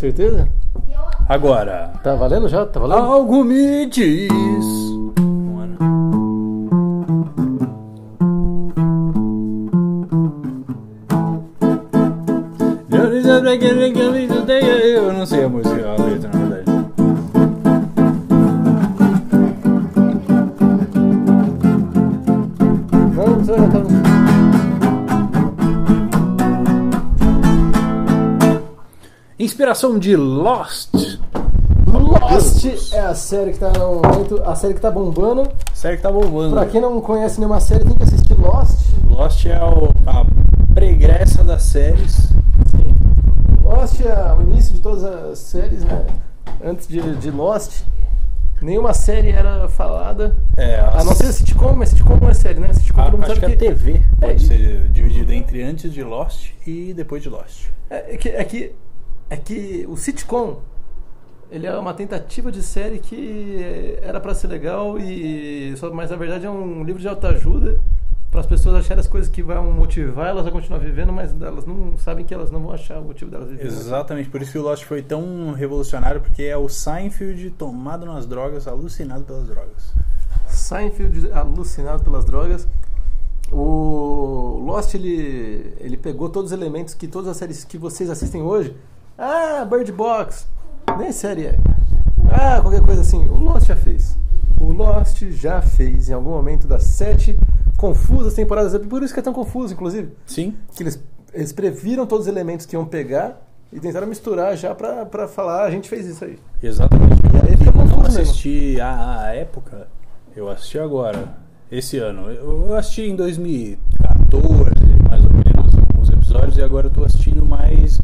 Certeza? Agora. Tá valendo já? Tá valendo? Algo me diz. Bora. Eu não sei a música, a letra, na verdade. Não, já tá. Inspiração de Lost. Lost é a série que tá no momento, a série que tá bombando. Sério que tá bombando. Pra quem não conhece nenhuma série, tem que assistir Lost. Lost é o- a pregressa das séries. Lost é o início de todas as séries, né? Antes de, de Lost, nenhuma série era falada. É, A não ser sitcom, mas sitcom não é série, né? Sitcom a, todo mundo acho sabe que a TV É, pode e- ser dividida entre antes de Lost e depois de Lost. É, é que, é, que, é que o sitcom ele é uma tentativa de série que era pra ser legal e só- mas na verdade é um livro de autoajuda para as pessoas acharem as coisas que vão motivar elas a continuar vivendo, mas elas não sabem que elas não vão achar o motivo delas viverem. né? Exatamente, por isso que o Lost foi tão revolucionário, porque é o Seinfeld tomado nas drogas, alucinado pelas drogas. Seinfeld alucinado pelas drogas. O Lost ele, ele pegou todos os elementos que todas as séries que vocês assistem hoje. Ah, Bird Box, nem série é. Ah, qualquer coisa assim. O Lost já fez. O Lost já fez em algum momento das sete confusas temporadas. É por isso que é tão confuso, inclusive. Sim. Que eles, eles previram todos os elementos que iam pegar e tentaram misturar já pra, pra falar, "Ah, a gente fez isso aí. Exatamente. E aí fica Eu não confuso né? mesmo. assisti à à época, eu assisti agora, esse ano. Eu eu assisti em 2014, mais ou menos, alguns episódios, e agora eu tô assistindo mais,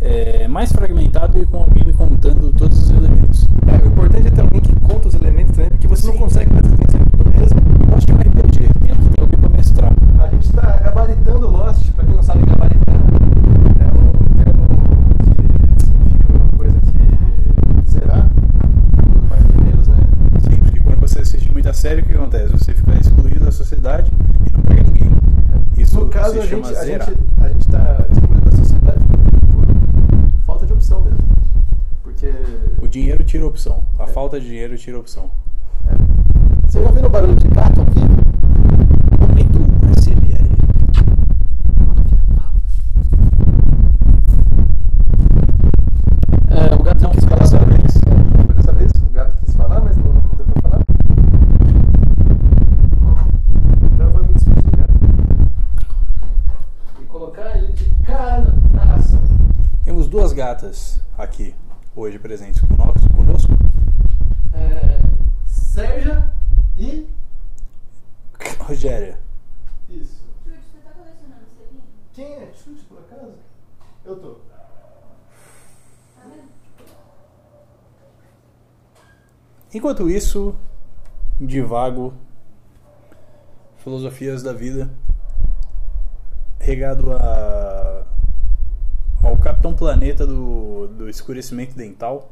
é, mais fragmentado e com alguém me contando todos os elementos. É, o importante é ter alguém que conta os elementos também, porque você não Sim. consegue prestar atenção em tudo mesmo. Eu acho que é um RPG, tem que ter alguém pra mestrar. A gente está gabaritando Lost, pra quem não sabe gabaritar, é um termo que significa uma coisa que zerar, os marinheiros, né? Sim, porque quando você assiste muita série, o que acontece? Você fica excluído da sociedade e não pega ninguém. Isso No caso, se a gente, chama a, zerar. gente, a gente tá descobrindo da sociedade por falta de opção mesmo. Porque... O dinheiro tira a opção. A falta de dinheiro tira a opção. É. Vocês já ouviram o barulho de gato aqui? Momento SMR. É, o gato não quis falar dessa vez. Foi dessa vez, o gato quis falar, mas não, não deu pra falar. Já Então foi muito despedido do gato. E colocar ele de cara na ração. Temos duas gatas aqui, hoje presentes conosco. conosco. É, Sérgia e. Rogéria. Isso. Júlio, você tá colecionando selinho? Quem é chute, por acaso? Eu tô. Tá vendo? Enquanto isso, divago, filosofias da vida, regado a, ao Capitão Planeta do, do escurecimento dental,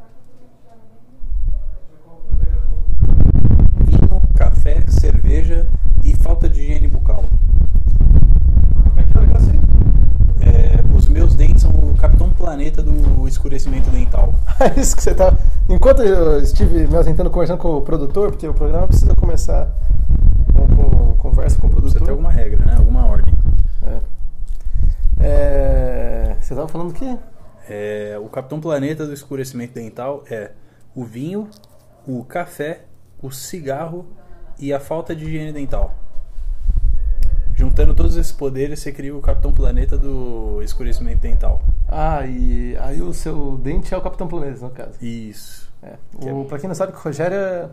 vinho, café, cerveja e falta de higiene bucal. Como é que é o negócio É, os meus dentes são o Capitão Planeta do escurecimento dental. aí? É isso que você tá. Enquanto eu estive me ausentando conversando com o produtor, porque o programa precisa começar com, com conversa com o produtor. Precisa ter alguma regra, né? Alguma ordem. É. É, Você tava falando o quê? É, o Capitão Planeta do escurecimento dental é o vinho, o café, o cigarro e a falta de higiene dental. Juntando todos esses poderes, você cria o Capitão Planeta do escurecimento dental. Ah, e aí o seu dente é o Capitão Planeta, no caso. Isso. É. O, pra quem não sabe, que o Rogério é-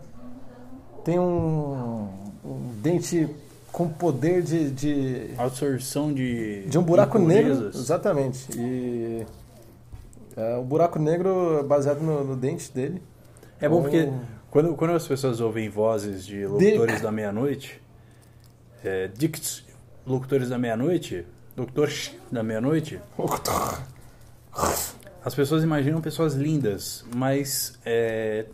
tem um, um dente com poder de, de, Absorção de. de um buraco negro. impurezas. Exatamente. E é, o buraco negro é baseado no, no dente dele. É bom porque Oh. quando, quando as pessoas ouvem vozes de locutores da meia-noite, é, dicts, locutores da meia-noite, locutores da meia-noite, as pessoas imaginam pessoas lindas, mas é,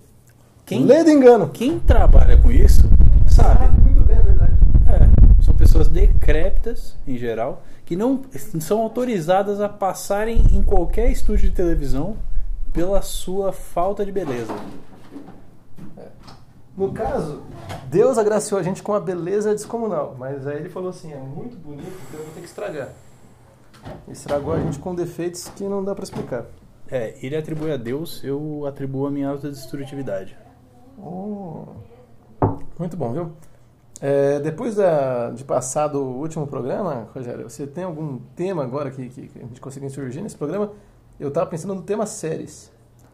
quem, Lei do engano. quem trabalha com isso sabe. Muito bem, é verdade. É, são pessoas decrépitas, em geral, que não são autorizadas a passarem em qualquer estúdio de televisão pela sua falta de beleza. No caso, Deus agraciou a gente com a beleza descomunal, mas aí ele falou assim: é muito bonito, então eu vou ter que estragar. Estragou a gente com defeitos que não dá pra explicar. É, ele atribui a Deus, eu atribuo a minha autodestrutividade. Oh. Muito bom, viu? É, depois da- de passar do último programa, Rogério, você tem algum tema agora que, que- que a gente conseguiu surgir nesse programa? Eu tava pensando no tema séries,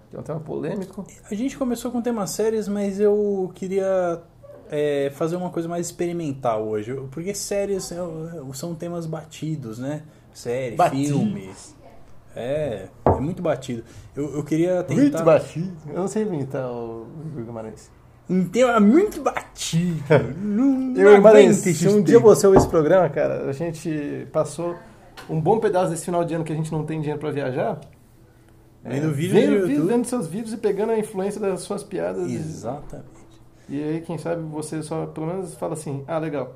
que é um tema polêmico. A gente começou com temas séries, mas eu queria é, fazer uma coisa mais experimental hoje. Eu- Porque séries eu- são temas batidos, né? Série, Batidos. filme. É, é muito batido. Eu, eu queria tentar. batido. Eu não sei imitar o Igor Guimarães. Um tema muito batido. não Eu, Guimarães, aguento se esses um dia temas. você ouvir esse programa, cara, a gente passou um bom pedaço desse final de ano que a gente não tem dinheiro pra viajar. É, Vendo vídeos vendo, do vídeos, YouTube. vendo seus vídeos e pegando a influência das suas piadas. Exatamente. E aí, quem sabe, você só pelo menos fala assim, ah, legal.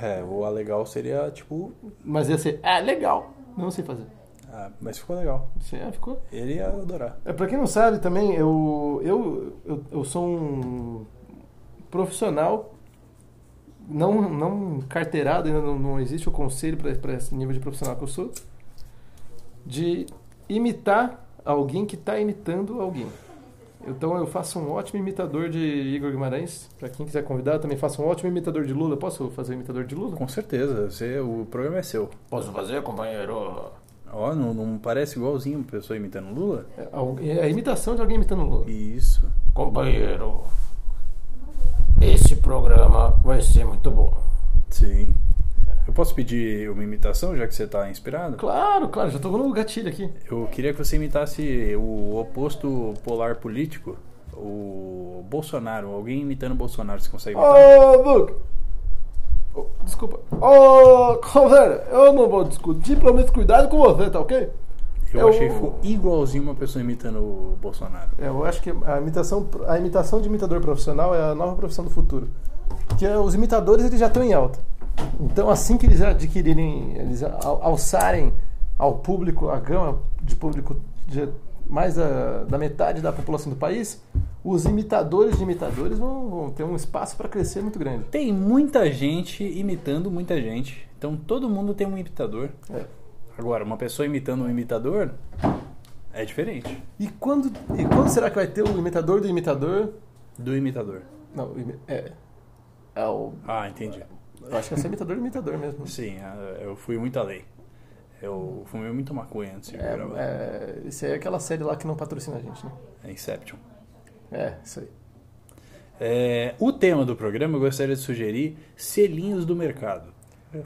É, o A legal seria tipo. Mas ia ser, ah, legal. Não sei fazer. ah, mas ficou legal. Você ah, ficou? Ele ia adorar. É, pra quem não sabe também, eu, eu, eu, eu sou um profissional não, não carteirado, ainda não, não existe o conselho para esse nível de profissional que eu sou, de imitar alguém que está imitando alguém. Então eu faço um ótimo imitador de Igor Guimarães, para quem quiser convidar, eu também faço um ótimo imitador de Lula. Posso fazer o imitador de Lula? Com certeza, você, o programa é seu. Posso fazer, companheiro. Ó, não, não parece igualzinho uma pessoa imitando Lula? É, algu- é a imitação de alguém imitando Lula. Isso. Companheiro, esse programa vai ser muito bom. Sim. Eu posso pedir uma imitação, já que você tá inspirado? Claro, claro, já tô no gatilho aqui. Eu queria que você imitasse o oposto polar político, o Bolsonaro. Alguém imitando o Bolsonaro, você consegue imitar? Ô, Duque! Ô, Desculpa. Ô, Coveira, eu não vou discutir pelo menos cuidado com você, tá ok? Eu eu- achei que ficou igualzinho uma pessoa imitando o Bolsonaro. É, Eu acho que a imitação, a imitação de imitador profissional é a nova profissão do futuro. Porque os imitadores eles já estão em alta. Então assim que eles adquirirem, eles al- alçarem ao público, a gama de público de mais da, da metade da população do país, os imitadores de imitadores vão, vão ter um espaço para crescer muito grande. Tem muita gente imitando muita gente. Então todo mundo tem um imitador. É. Agora, uma pessoa imitando um imitador é diferente E quando, e quando será que vai ter o imitador do imitador? do imitador. Não, o imi- é, é o, Ah, entendi. eu acho que vai ser imitador do imitador mesmo. Sim, eh, eu fui muito além. Eu fumei muito maconha antes de gravar. É, é, isso aí é aquela série lá que não patrocina a gente, né? É Inception. É, isso aí. É, o tema do programa eu gostaria de sugerir selinhos do mercado.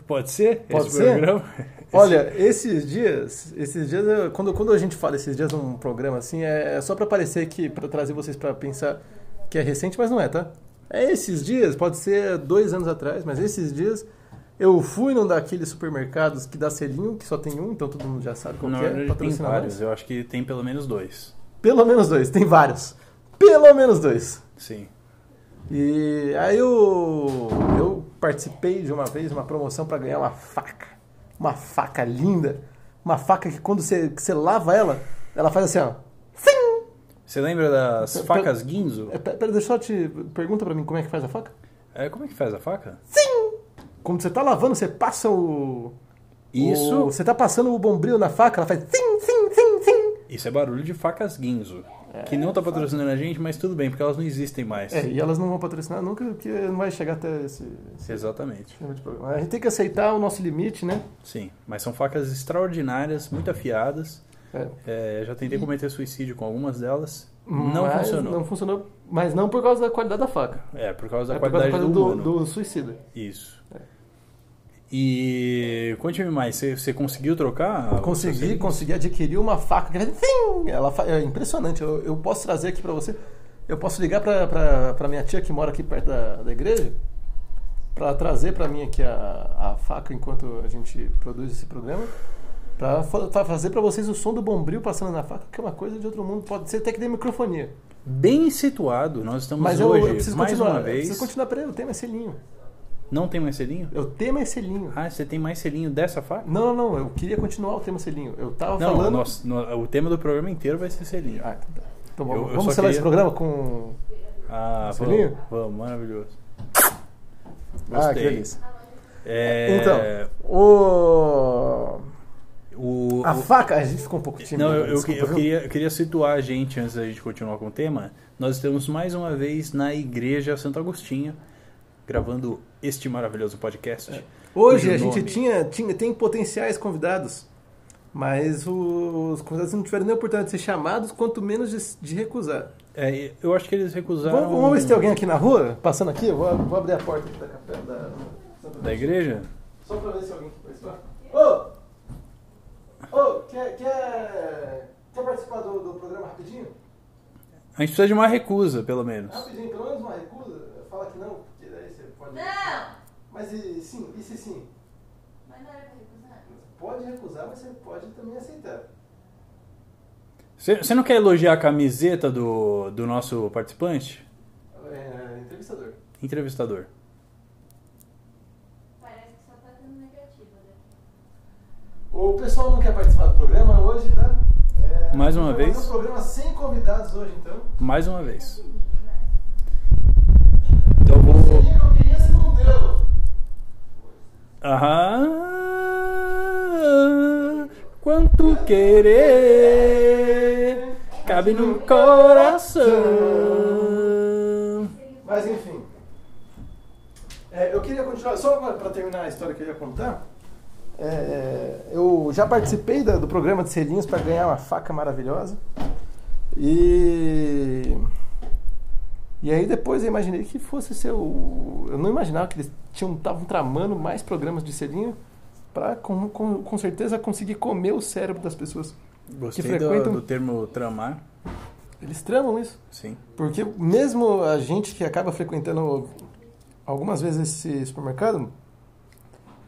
Pode ser? Pode esse ser? programa? Olha, esses dias, esses dias, eu- quando, quando a gente fala esses dias num programa assim, é, é só pra parecer que, pra trazer vocês pra pensar que é recente, mas não é, tá? É esses dias, pode ser dois anos atrás, mas esses dias eu fui num daqueles supermercados que dá selinho, que só tem um, então todo mundo já sabe qual Na que é, verdade, tem patrocina vários. nós. Eu acho que tem pelo menos dois. Pelo menos dois, tem vários. Pelo menos dois. Sim. E aí eu, eu participei de uma vez uma promoção para ganhar uma faca. Uma faca linda. Uma faca que quando você, que você lava ela, ela faz assim, ó. Sim! Você lembra das Pe- facas Guinzo? É, pe- Pera, deixa eu só te... Pergunta pra mim como é que faz a faca. É, como é que faz a faca? Sim! Quando você tá lavando, você passa o... o- Isso, você tá passando o bombril na faca, ela faz sim, sim, sim, sim. isso é barulho de facas Guinzo. que não tá patrocinando a gente, mas tudo bem, porque elas não existem mais. É, e elas não vão patrocinar nunca, porque não vai chegar até esse... esse Exatamente. nível de programa. A gente tem que aceitar o nosso limite, né? Sim, mas são facas extraordinárias, muito afiadas. É. É, já tentei cometer suicídio com algumas delas. Não Mas funcionou. Não funcionou, mas não por causa da qualidade da faca. É, por causa da É por causa qualidade da do, do, É. humano. do suicida. Isso. E conte-me mais, você, você conseguiu trocar? Consegui, Você- consegui adquirir uma faca. que- Zing! Ela fa- é impressionante. Eu, eu posso trazer aqui pra você. Eu posso ligar pra- pra pra minha tia que mora aqui perto da, da igreja pra trazer pra mim aqui a, a faca enquanto a gente produz esse programa. Pra, fa- pra fazer pra vocês o som do bombril passando na faca, que é uma coisa de outro mundo. Pode ser até que dê microfonia. Bem situado, nós estamos Mas eu, hoje, eu preciso mais continuar. uma eu vez. preciso continuar. Peraí, o tema é selinho. Não tem mais selinho? O tema é selinho. Ah, você tem mais selinho dessa faca? Não, não, eu queria continuar o tema selinho. Eu tava Não, falando. nossa, no- o tema do programa inteiro vai ser selinho. Ah, então tá. Então, Eu- eu vamos só selar esse queria- programa com. Ah, Selinho? vamos, vamos, maravilhoso. Ah, que Gostei. delícia. É, Então, o. o, A o- faca. A gente ficou um pouco tímido. Não, eu, eu que- desculpa, eu viu? queria, eu queria situar a gente, antes da gente continuar com o tema, nós estamos mais uma vez na Igreja Santo Agostinho, gravando este maravilhoso podcast. É. Hoje a cujo gente nome- tinha, tinha, tem potenciais convidados, mas os convidados não tiveram nem oportunidade de ser chamados, quanto menos de, de recusar. É, eu acho que eles recusaram... Vamos, vamos ver Então- se tem alguém aqui na rua, passando aqui. Eu Vou, vou abrir a porta aqui da capela da Santa Da Cruz. igreja? Só pra ver se alguém participar. Ô! Ô, quer, quer, quer participar do, do programa rapidinho? É A gente precisa de uma recusa, pelo menos. Rapidinho, pelo menos uma recusa? Fala que não, porque daí você pode. Não! Mas e sim, e se sim? Mas não era pra recusar? Pode recusar, mas você pode também aceitar. Você você não quer elogiar a camiseta do, do nosso participante? É, entrevistador. Entrevistador. Parece que só tá dando negativa daqui. O pessoal não quer participar do programa hoje, tá? É, Mais uma a gente vai vez. fazer um programa sem convidados hoje, então. Mais uma Tá vez. feliz, vai. Então eu vou... Seria que eu queria, se não deu. Ah, quanto querer cabe no coração. Mas enfim. É, eu queria continuar, só para terminar a história que eu ia contar. É, é, eu já participei da- do programa de selinhos para ganhar uma faca maravilhosa. E. E aí depois eu imaginei que fosse ser o. Eu não imaginava que eles estavam tramando mais programas de selinho para com, com, com certeza conseguir comer o cérebro das pessoas. Gostei Que um- do, frequentam- do termo tramar, Eles tramam isso. sim. Porque mesmo a gente que acaba frequentando algumas vezes esse supermercado,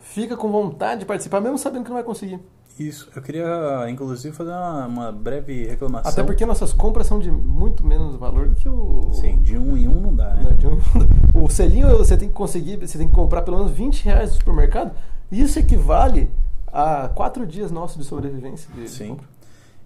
fica com vontade de participar, mesmo sabendo que não vai conseguir. Isso, eu queria inclusive fazer uma, uma breve reclamação. Até porque nossas compras são de muito menos valor do que o. Sim, de um em um não dá, né, né? de um- O selinho você tem que conseguir, você tem que comprar pelo menos 20 reais no supermercado. Isso equivale a quatro dias nossos de sobrevivência. De, de Sim. compra.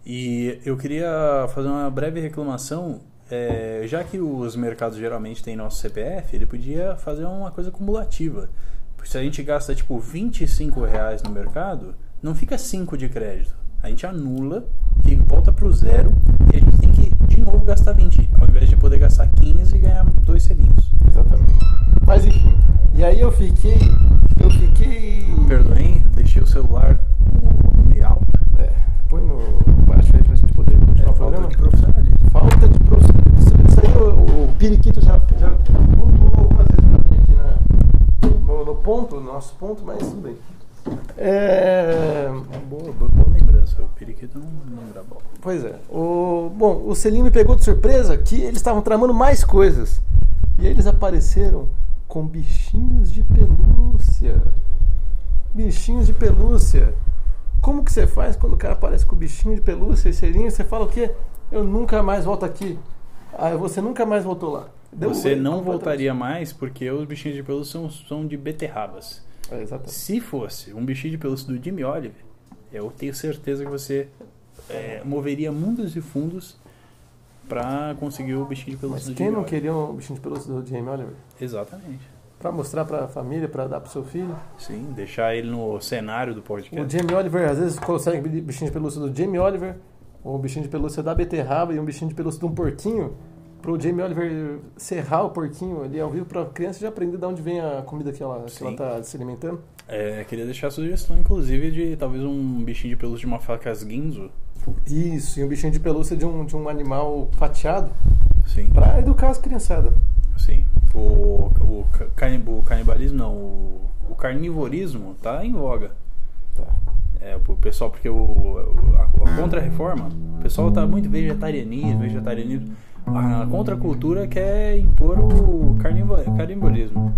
E eu queria fazer uma breve reclamação. é, já que os mercados geralmente têm nosso CPF, ele podia fazer uma coisa cumulativa. Porque se a gente gasta tipo 25 reais no mercado, não fica 5 de crédito. A gente anula, fica- volta pro zero e a gente tem que de novo gastar 20, ao invés de poder gastar 15 e ganhar dois selinhos. Exatamente. Mas enfim. E aí eu fiquei. Eu fiquei. Perdoem, deixei o celular com o volume alto. É, põe no baixo aí pra gente poder É, continuar o falta programa. de profissionalismo. Falta de profissionalismo. Isso aí o, o periquito já, já pontuou algumas vezes pra mim aqui na- no, no ponto, no nosso ponto, mas tudo bem. É, Boa, boa, boa lembrança. O periquito não não lembra bom. pois é. O, bom, o Selim me pegou de surpresa que eles estavam tramando mais coisas. E eles apareceram com bichinhos de pelúcia. Bichinhos de pelúcia. Como que você faz quando o cara aparece com bichinho de pelúcia e selinho? Você fala o quê? Eu nunca mais volto aqui. Ah, você nunca mais voltou lá. Deu um- Você ruim, não completamente. voltaria mais porque os bichinhos de pelúcia são, são de beterrabas. É, exatamente. Se fosse um bichinho de pelúcia do Jimmy Oliver, eu tenho certeza que você é, moveria mundos e fundos pra conseguir o bichinho de Mas pelúcia do quem Jimmy não Oliver. queria um bichinho de pelúcia do Jamie Oliver? Exatamente. Pra mostrar pra família, pra dar pro seu filho. Sim, deixar ele no cenário do O podcast. Jamie Oliver, às vezes, consegue bichinho de pelúcia do Jamie Oliver, ou um bichinho de pelúcia da beterraba e um bichinho de pelúcia de um porquinho, pro Jamie Oliver serrar o porquinho ali ao vivo pra criança já aprender de onde vem a comida que ela, que Sim. ela tá se alimentando. É, queria deixar a sugestão, inclusive, de talvez um bichinho de pelúcia de uma faca guinzo. Isso, e um bichinho de pelúcia de um, de um animal fatiado, Sim. pra educar as criançadas. Sim. O, o, ca- cani- o canibalismo, não. O, o carnivorismo tá em voga. Tá. É, o pessoal, porque o, o- a, a contra-reforma, o pessoal tá muito vegetarianismo, vegetarianismo. A contracultura quer impor o carnivo, carnivorismo.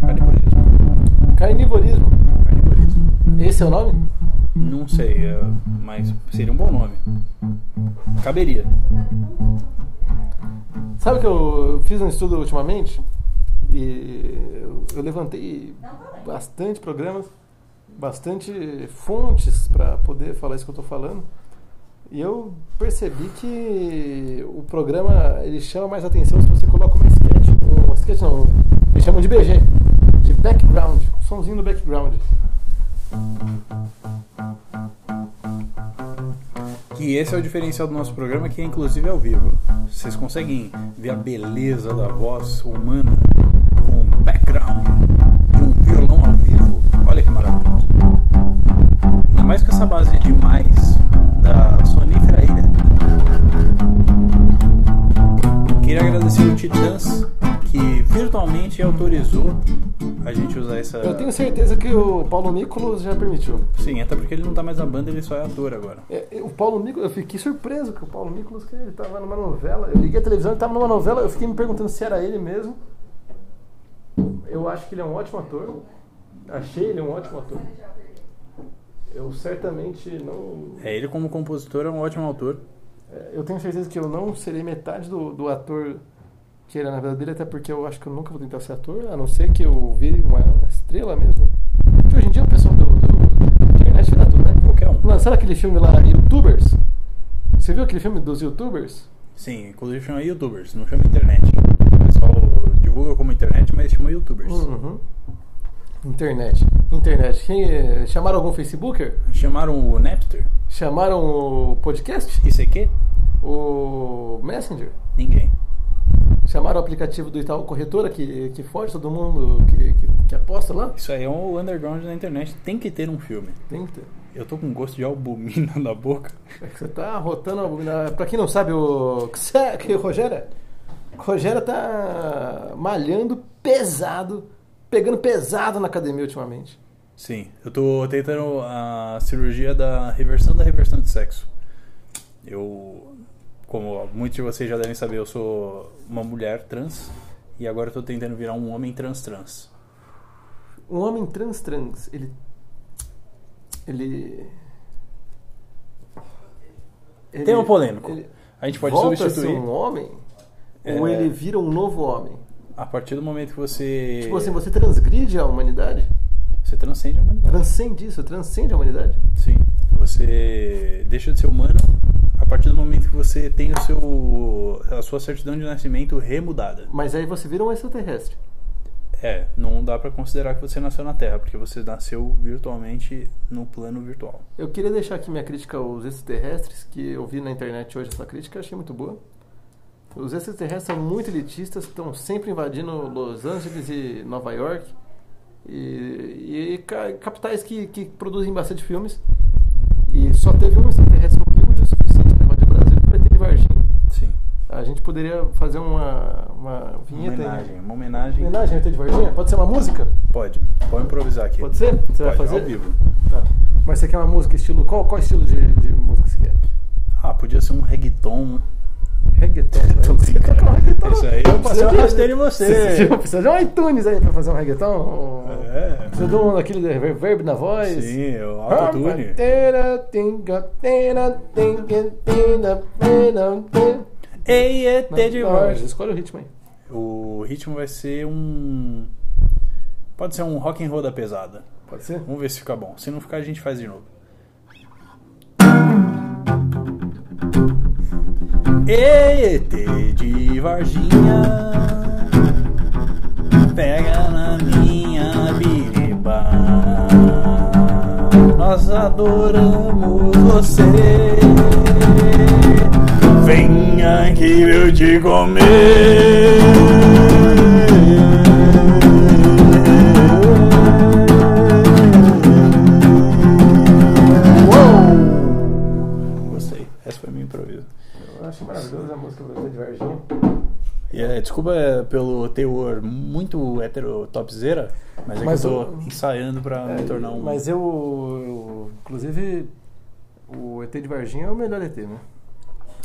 Carnivorismo. Carnivorismo, Carnivorismo. esse é o nome? Não sei, é, mas seria um bom nome. Caberia. Sabe que eu fiz um estudo ultimamente? E eu, eu levantei Não falei. bastante programas, bastante fontes para poder falar isso que eu estou falando. E eu percebi que o programa ele chama mais atenção se você coloca uma sketch, uma sketch não, eles chamam de BG, de background, somzinho no background. Que esse é o diferencial do nosso programa, que é inclusive ao vivo. Vocês conseguem ver a beleza da voz humana com um background e um violão ao vivo. Olha que maravilha. Ainda mais com essa base de mais da Sonífera Ilha. Queria agradecer o Titãs, que virtualmente autorizou a gente usar essa. Eu tenho certeza que o Paulo Nicolas já permitiu. Sim, até porque ele não tá mais na banda, ele só é ator agora. É, eu- O Paulo Nicolas, eu fiquei surpreso que o Paulo Nicolas, que ele tava numa novela. Eu liguei a televisão, ele tava numa novela, eu fiquei me perguntando se era ele mesmo. Eu acho que ele é um ótimo ator. Achei ele um ótimo ator. Eu certamente não. É, ele como compositor é um ótimo autor. é, Eu tenho certeza que eu não serei metade do, do ator que ele é na vida dele, até porque eu acho que eu nunca vou tentar ser ator, a não ser que eu vire uma estrela mesmo. Porque hoje em dia o pessoal do, do, da internet vira tudo, né? Qualquer um. Lançaram aquele filme lá, Youtubers. Você viu aquele filme dos Youtubers? Sim, inclusive chama youtubers, não chama internet. O pessoal divulga como internet, mas chama youtubers. Uhum. Internet. Internet. Quem, eh, Chamaram algum Facebooker? Chamaram o Napster? Chamaram o podcast? Isso aqui? O Messenger? Ninguém. Chamaram o aplicativo do Itaú Corretora que, que foge todo mundo que, que, que aposta lá? Isso aí é um underground na internet. Tem que ter um filme. Tem que ter. Eu tô com gosto de albumina na boca. É que Você tá rotando a bobina. Pra quem não sabe, o Xe- que Rogério, é? Rogério tá malhando pesado, pegando pesado na academia ultimamente. Sim, eu tô tentando a cirurgia da reversão da reversão de sexo. Eu, como muitos de vocês já devem saber, eu sou uma mulher trans e agora eu tô tentando virar um homem trans trans. Um homem trans trans, ele. Ele. ele Tema um polêmico. Ele A gente pode volta a ser substituir. um homem? É. Ou ele vira um novo homem? A partir do momento que você. Tipo assim, você transgride a humanidade? Você transcende a humanidade. Transcende isso, transcende a humanidade? Sim. Você deixa de ser humano a partir do momento que você tem o seu. a sua certidão de nascimento remudada. Mas aí você vira um extraterrestre. É, não dá pra considerar que você nasceu na Terra, porque você nasceu virtualmente no plano virtual. Eu queria deixar aqui minha crítica aos extraterrestres, que eu vi na internet hoje essa crítica, eu achei muito boa. Os extraterrestres são muito elitistas, estão sempre invadindo Los Angeles e Nova York, e, e ca- capitais que, que produzem bastante filmes. E só teve um extraterrestre humilde o suficiente para invadir o Brasil, que vai ter de Varginha. Sim. Tá, A gente poderia fazer uma, uma Uma vinheta. homenagem. Uma homenagem. Homenagem ao ET de Varginha? Pode ser uma música? Pode. Pode improvisar aqui. Pode ser? Você vai Pode, fazer? ao vivo. Tá. Mas você quer uma música estilo. Qual, qual estilo de, de música você quer? Ah, podia ser um reggaeton. Reggaeton. Tô Você brincando. toca um reggaeton? Isso aí eu passei Precisa o rasteiro em Você um você. precisa de um iTunes aí pra fazer um reggaeton? É. Precisa de um daquele de rever- verb na voz? Sim, é o Ah, autotune. Ei, ET de Não, voz. Escolhe o ritmo aí. O ritmo vai ser um. Pode ser um rock and roll da pesada. Pode ser? Vamos ver se fica bom. Se não ficar, a gente faz de novo. Ei, ET de Varginha, pega na minha biriba. Nós adoramos você. Venha que eu te comer. Gostei. Essa foi a minha improviso. Eu acho maravilhosa a música do ET de Varginha. E, é, desculpa é, pelo teor muito heterotopzera, mas é Mas que eu tô eu- É, ensaiando pra me tornar um. Mas eu, eu- Inclusive, o ET de Varginha é o melhor ET, né?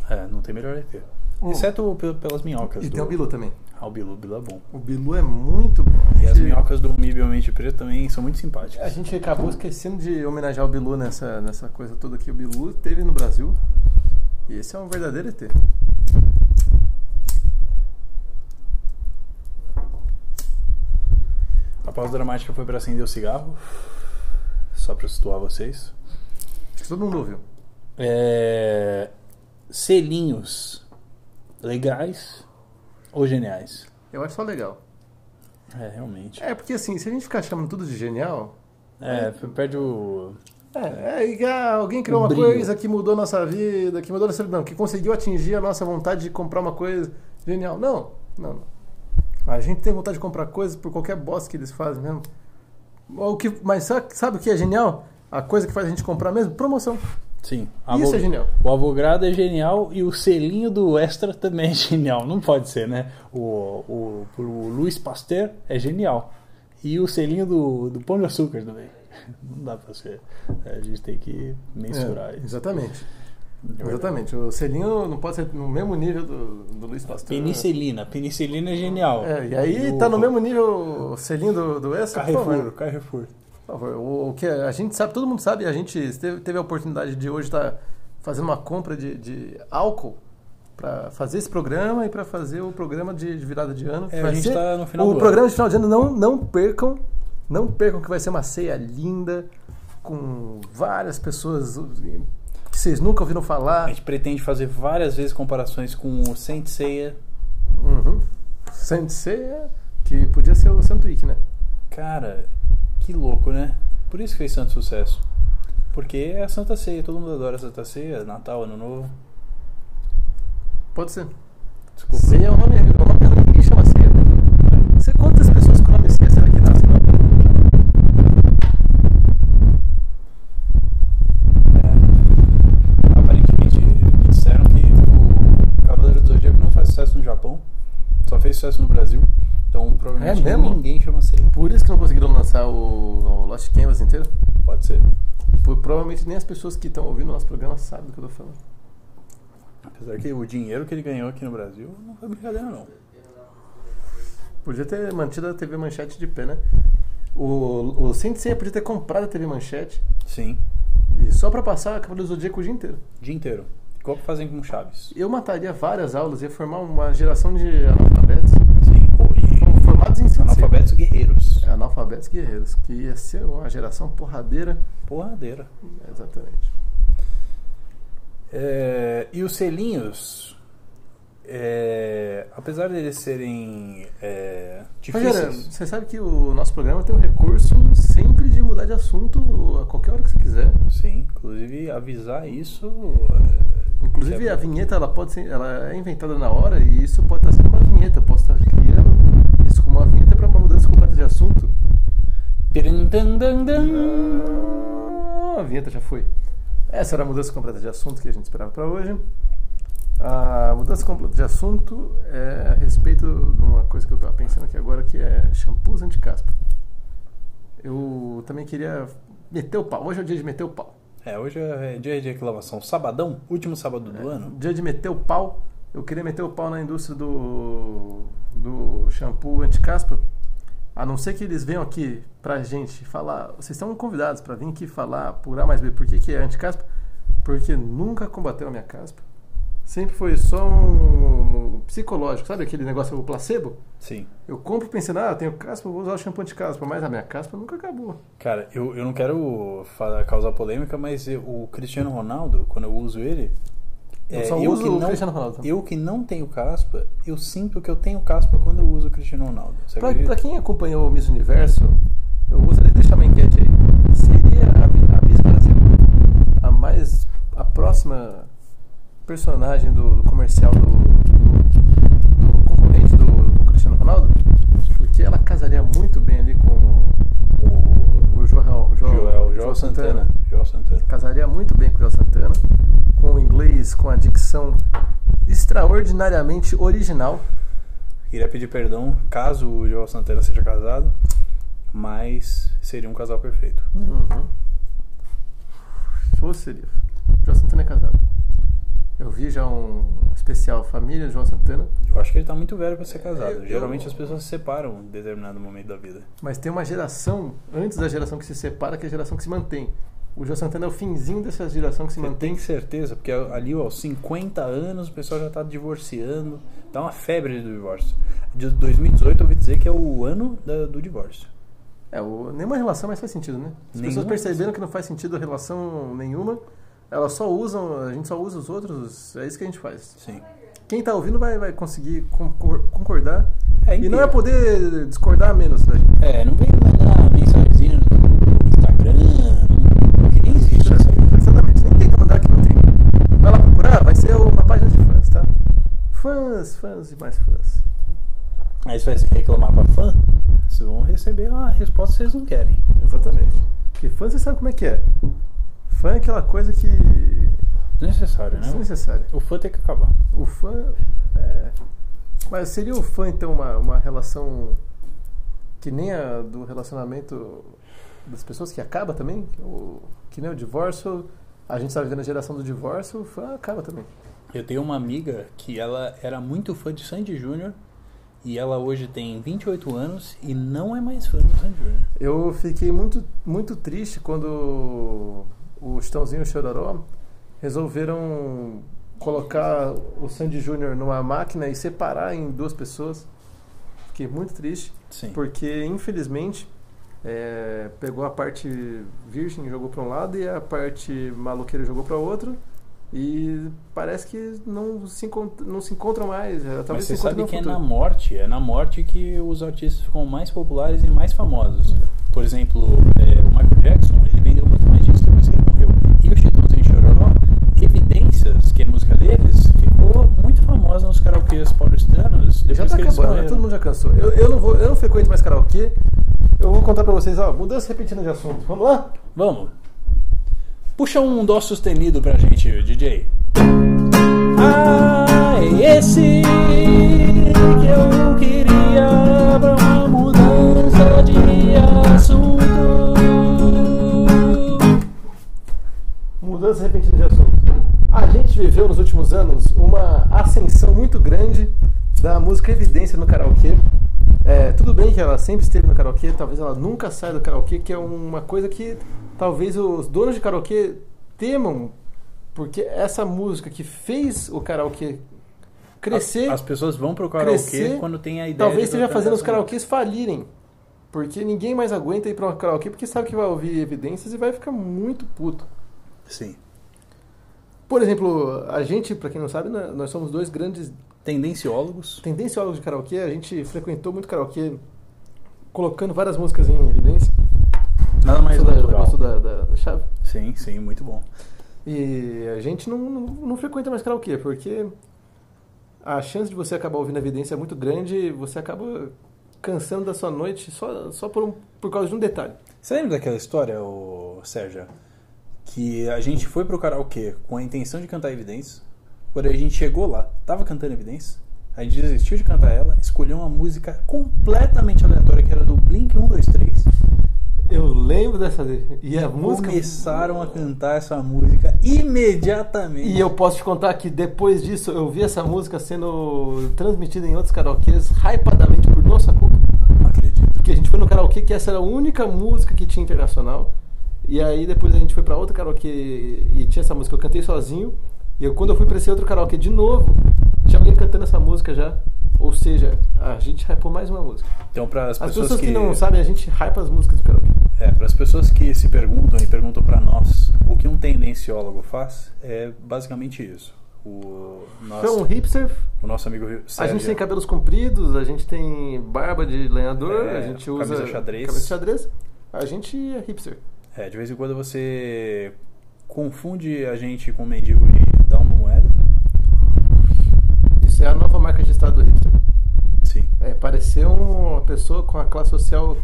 É, não tem melhor ET. Hum. Exceto pe- pelas minhocas. E do... tem o Bilu também. Ah, o Bilu, o Bilu é bom. O Bilu é muito bom. E as Esse- minhocas do Mibiamente Preto também são muito simpáticas. A gente acabou esquecendo de homenagear o Bilu nessa, nessa coisa toda que o Bilu teve no Brasil. E esse é um verdadeiro ET. pausa dramática foi pra acender o cigarro. Só pra situar vocês. Acho que todo mundo ouviu. É, Selinhos legais ou geniais? Eu acho só legal. É, realmente. É, porque assim, se a gente ficar chamando tudo de genial. É, perde o. É, é igual alguém criou uma Um Brilho. coisa que mudou nossa vida, que mudou nossa vida, não, que conseguiu atingir a nossa vontade de comprar uma coisa genial. Não, não, não. A gente tem vontade de comprar coisas por qualquer bosta que eles fazem mesmo. O que, mas sabe, sabe o que é genial? A coisa que faz a gente comprar mesmo? Promoção. Sim. Isso é genial. O avogrado é genial e o selinho do extra também é genial. Não pode ser, né? O, o, o Luiz Pasteur é genial. E o selinho do, do Pão de Açúcar também. Não dá pra ser. É, A gente tem que mensurar É, isso. É exatamente. verdade. Exatamente. O selinho não pode ser no mesmo nível do, do Luiz Pastor. Penicilina. Penicilina é genial. É, e aí o- tá no mesmo nível o selinho do, do Extra? por favor. Carrefour, Carrefour. Por favor, o, o que a gente sabe, todo mundo sabe, a gente teve, teve a oportunidade de hoje estar fazendo uma compra de, de álcool para fazer esse programa e para fazer o programa de, de virada de ano. É, Vai a gente ser- tá no final O do programa de final de ano, não, não percam, não percam que vai ser uma ceia linda, com várias pessoas que vocês nunca ouviram A falar. gente pretende fazer várias vezes comparações com o Saint Seiya. Uhum. Sensei, que podia ser o Santuíque, né? Cara, que louco, né? Por isso que fez tanto sucesso. Porque é a Santa Ceia, todo mundo adora a Santa Ceia, Natal, Ano Novo. Pode ser. Desculpa. Ceia é o nome, é o nome que ninguém chama ceia. né? É. Você, quantas pessoas com nome ceia será que dá? Será? É. Aparentemente, me disseram que o Cavaleiro do Zodíaco não faz sucesso no Japão, só fez sucesso no Brasil. Então, provavelmente, É mesmo? ninguém chama Ceia. Por isso que não conseguiram lançar o, o Lost Canvas inteiro? Pode ser. Por- provavelmente nem as pessoas que estão ouvindo o nosso programa sabem do que eu tô falando. Apesar que o dinheiro que ele ganhou aqui no Brasil não foi brincadeira, não. Podia ter mantido a TV Manchete de pé, né? O, o Saint Seiya podia ter comprado a TV Manchete Sim, e só pra passar a Cavaleiro do Zodíaco o dia inteiro. o dia inteiro. Igual que fazem com Chaves. Eu mataria várias aulas, ia formar uma geração de analfabetos, Sim, pô, e formados em É Saint Seiya. analfabetos guerreiros. analfabetos guerreiros, que ia ser uma geração porradeira. Porradeira. Exatamente. É, e os selinhos, é, apesar deles serem é, Rogério, difíceis, você sabe que o nosso programa tem o recurso sempre de mudar de assunto a qualquer hora que você quiser. sim, inclusive avisar isso. é, Inclusive é- a vinheta ela pode ser, ela é inventada na hora e isso pode estar sendo uma vinheta, posso estar criando isso como uma vinheta para uma mudança completa de assunto. Pirindandandam. Ah, a vinheta já foi. Essa era a mudança completa de assunto que a gente esperava para hoje. A mudança completa de assunto é a respeito de uma coisa que eu estava pensando aqui agora, que é shampoos anti-caspa. Eu também queria meter o pau. Hoje é o dia de meter o pau. É, hoje é dia de reclamação. Sabadão, último sábado do ano. É, Dia de meter o pau. Eu queria meter o pau na indústria do, do shampoo anti-caspa. A não ser que eles venham aqui pra gente falar. Vocês estão convidados pra vir aqui falar por A mais B por que, que é anti-caspa. Porque nunca combateu a minha caspa. Sempre foi só um psicológico. Sabe aquele negócio, o placebo? Sim. Eu compro pensando, ah, eu tenho caspa, eu vou usar o shampoo anti-caspa. Mas a minha caspa nunca acabou. Cara, eu, eu não quero fa- causar polêmica, mas eu- o Cristiano Ronaldo, quando eu uso ele. Eu é, só uso que o não, Cristiano Ronaldo também. Eu que não tenho caspa, eu sinto que eu tenho caspa quando eu uso o Cristiano Ronaldo. Você Pra, acredita? pra quem acompanhou o Miss Universo, eu gostaria de deixar uma enquete aí. Seria a, Mi- a Miss Brasil a mais. a próxima personagem do, do comercial do, do- do concorrente do, do Cristiano Ronaldo? Porque ela casaria muito bem ali com é, O o Joel, Joel, Joel, Joel Santana. Joel Santana. Casaria muito bem com o Joel Santana, com o inglês, com a dicção extraordinariamente original. Queria pedir perdão caso o Joel Santana seja casado, mas seria um casal perfeito. Uhum. Ou seria. João Santana é casado. Eu vi já um especial Família de João Santana, Eu acho que ele tá muito velho pra ser casado. eu- Geralmente eu- as pessoas se separam em determinado momento da vida. mas tem uma geração antes da geração que se separa que é a geração que se mantém. O João Santana é o finzinho dessa geração que se Você tem mantém. certeza, porque ali, ó, aos 50 anos, o pessoal já tá divorciando. Tá Dá uma febre do divórcio. De 2018 eu ouvi dizer que é o ano da- do divórcio. É, o, nenhuma relação mais faz sentido, né? As Nenhuma pessoas perceberam que não faz sentido relação nenhuma, elas só usam, a gente só usa os outros, é isso que a gente faz. Sim. Quem tá ouvindo vai, vai conseguir concor- concordar É, e não vai inteiro. poder discordar menos, velho. É, não vem mandar mensagenzinha no Instagram, não- que nem existe isso é aí. Exatamente, nem tenta mandar que não tem. Vai lá procurar, vai ser uma página de fãs, tá? Fãs, fãs e mais fãs. Aí você vai se reclamar pra fã, vocês vão receber uma resposta que vocês não querem. Exatamente. Porque fã você sabe como é que é. Fã é aquela coisa que Desnecessário, é né? desnecessária. O fã tem que acabar. O fã. É... Mas seria o fã, então, uma, uma relação que nem a do relacionamento das pessoas que acaba também? O, que nem o divórcio. A gente está vivendo a geração do divórcio, o fã acaba também. Eu tenho uma amiga que ela era muito fã de Sandy Júnior e ela hoje tem 28 anos e não é mais fã do Sandy Júnior. Eu fiquei muito, muito triste quando o Chitãozinho e o Chororó resolveram colocar o Sandy Júnior numa máquina e separar em duas pessoas. Fiquei muito triste, Sim. porque infelizmente é, pegou a parte virgem e jogou para um lado e a parte maloqueira jogou para outro. E parece que não se, encont não se encontram mais. é, Talvez Mas se você sabe encontrem que é no na futuro. morte, é na morte que os artistas ficam mais populares e mais famosos. Por exemplo, é, o Michael Jackson, ele vendeu muito mais discos depois que ele morreu. E o Chitãozinho e Chororó, Evidências, que é a música deles, ficou muito famosa nos karaokês paulistanos depois Já tá que eles acabando, né? morreram. todo mundo já cansou. Eu, eu não vou, eu não frequento mais karaokê. Eu vou contar pra vocês, ó, mudança repentina de assunto. Vamos lá? Vamos. Puxa um dó sustenido pra gente, DJ. Ah, é esse que eu queria pra uma mudança de assunto. Mudança repentina de assunto. A gente viveu nos últimos anos uma ascensão muito grande da música evidência no karaokê. É, tudo bem que ela sempre esteve no karaokê, talvez ela nunca saia do karaokê, que é uma coisa que talvez os donos de karaokê temam, porque essa música que fez o karaokê crescer. As pessoas vão pro karaokê crescer, quando tem a ideia. Talvez de esteja tocar fazendo os essa karaokês falirem. Porque ninguém mais aguenta ir pra um karaokê porque sabe que vai ouvir evidências e vai ficar muito puto. música. Sim. Por exemplo, a gente, pra quem não sabe, né, nós somos dois grandes Tendenciólogos. tendenciólogos de karaokê. A gente frequentou muito karaokê colocando várias músicas em evidência. Nada mais é, Gostou da- natural. gostou da- da- da chave. Sim, sim, muito bom. E a gente não, não, não frequenta mais karaokê, porque a chance de você acabar ouvindo a evidência é muito grande e você acaba cansando da sua noite só, só por, um, por causa de um detalhe. Você lembra daquela história, ô Sérgio? Que a gente foi pro karaokê com a intenção de cantar Evidências. Quando a gente chegou lá, tava cantando Evidências. A gente desistiu de cantar ela, escolheu uma música completamente aleatória que era do Blink 123. Eu lembro dessa. E a música. Começaram a cantar essa música imediatamente. E eu posso te contar que depois disso eu vi essa música sendo transmitida em outros karaokês, hypadamente por nossa culpa. não acredito. Porque a gente foi no karaokê que essa era a única música que tinha internacional. E aí depois a gente foi pra outro karaokê e tinha essa música. Eu cantei sozinho. E eu, quando eu fui pra esse outro karaokê de novo, tinha alguém cantando essa música já. Ou seja, a gente hypou mais uma música. Então, para as As pessoas, pessoas, que... não sabem, a gente hypa as músicas do karaokê. É, para as pessoas que se perguntam e perguntam para nós o que um tendenciólogo faz, é basicamente isso. O nosso, Então, hipster, o nosso amigo Sérgio. a gente tem cabelos compridos, a gente tem barba de lenhador, É, a gente usa. camisa xadrez. Camisa xadrez. A gente é hipster. É, de vez em quando você confunde a gente com o mendigo e dá uma moeda. Isso é a nova marca de estado do hipster. Sim. É, parecer uma pessoa com a classe social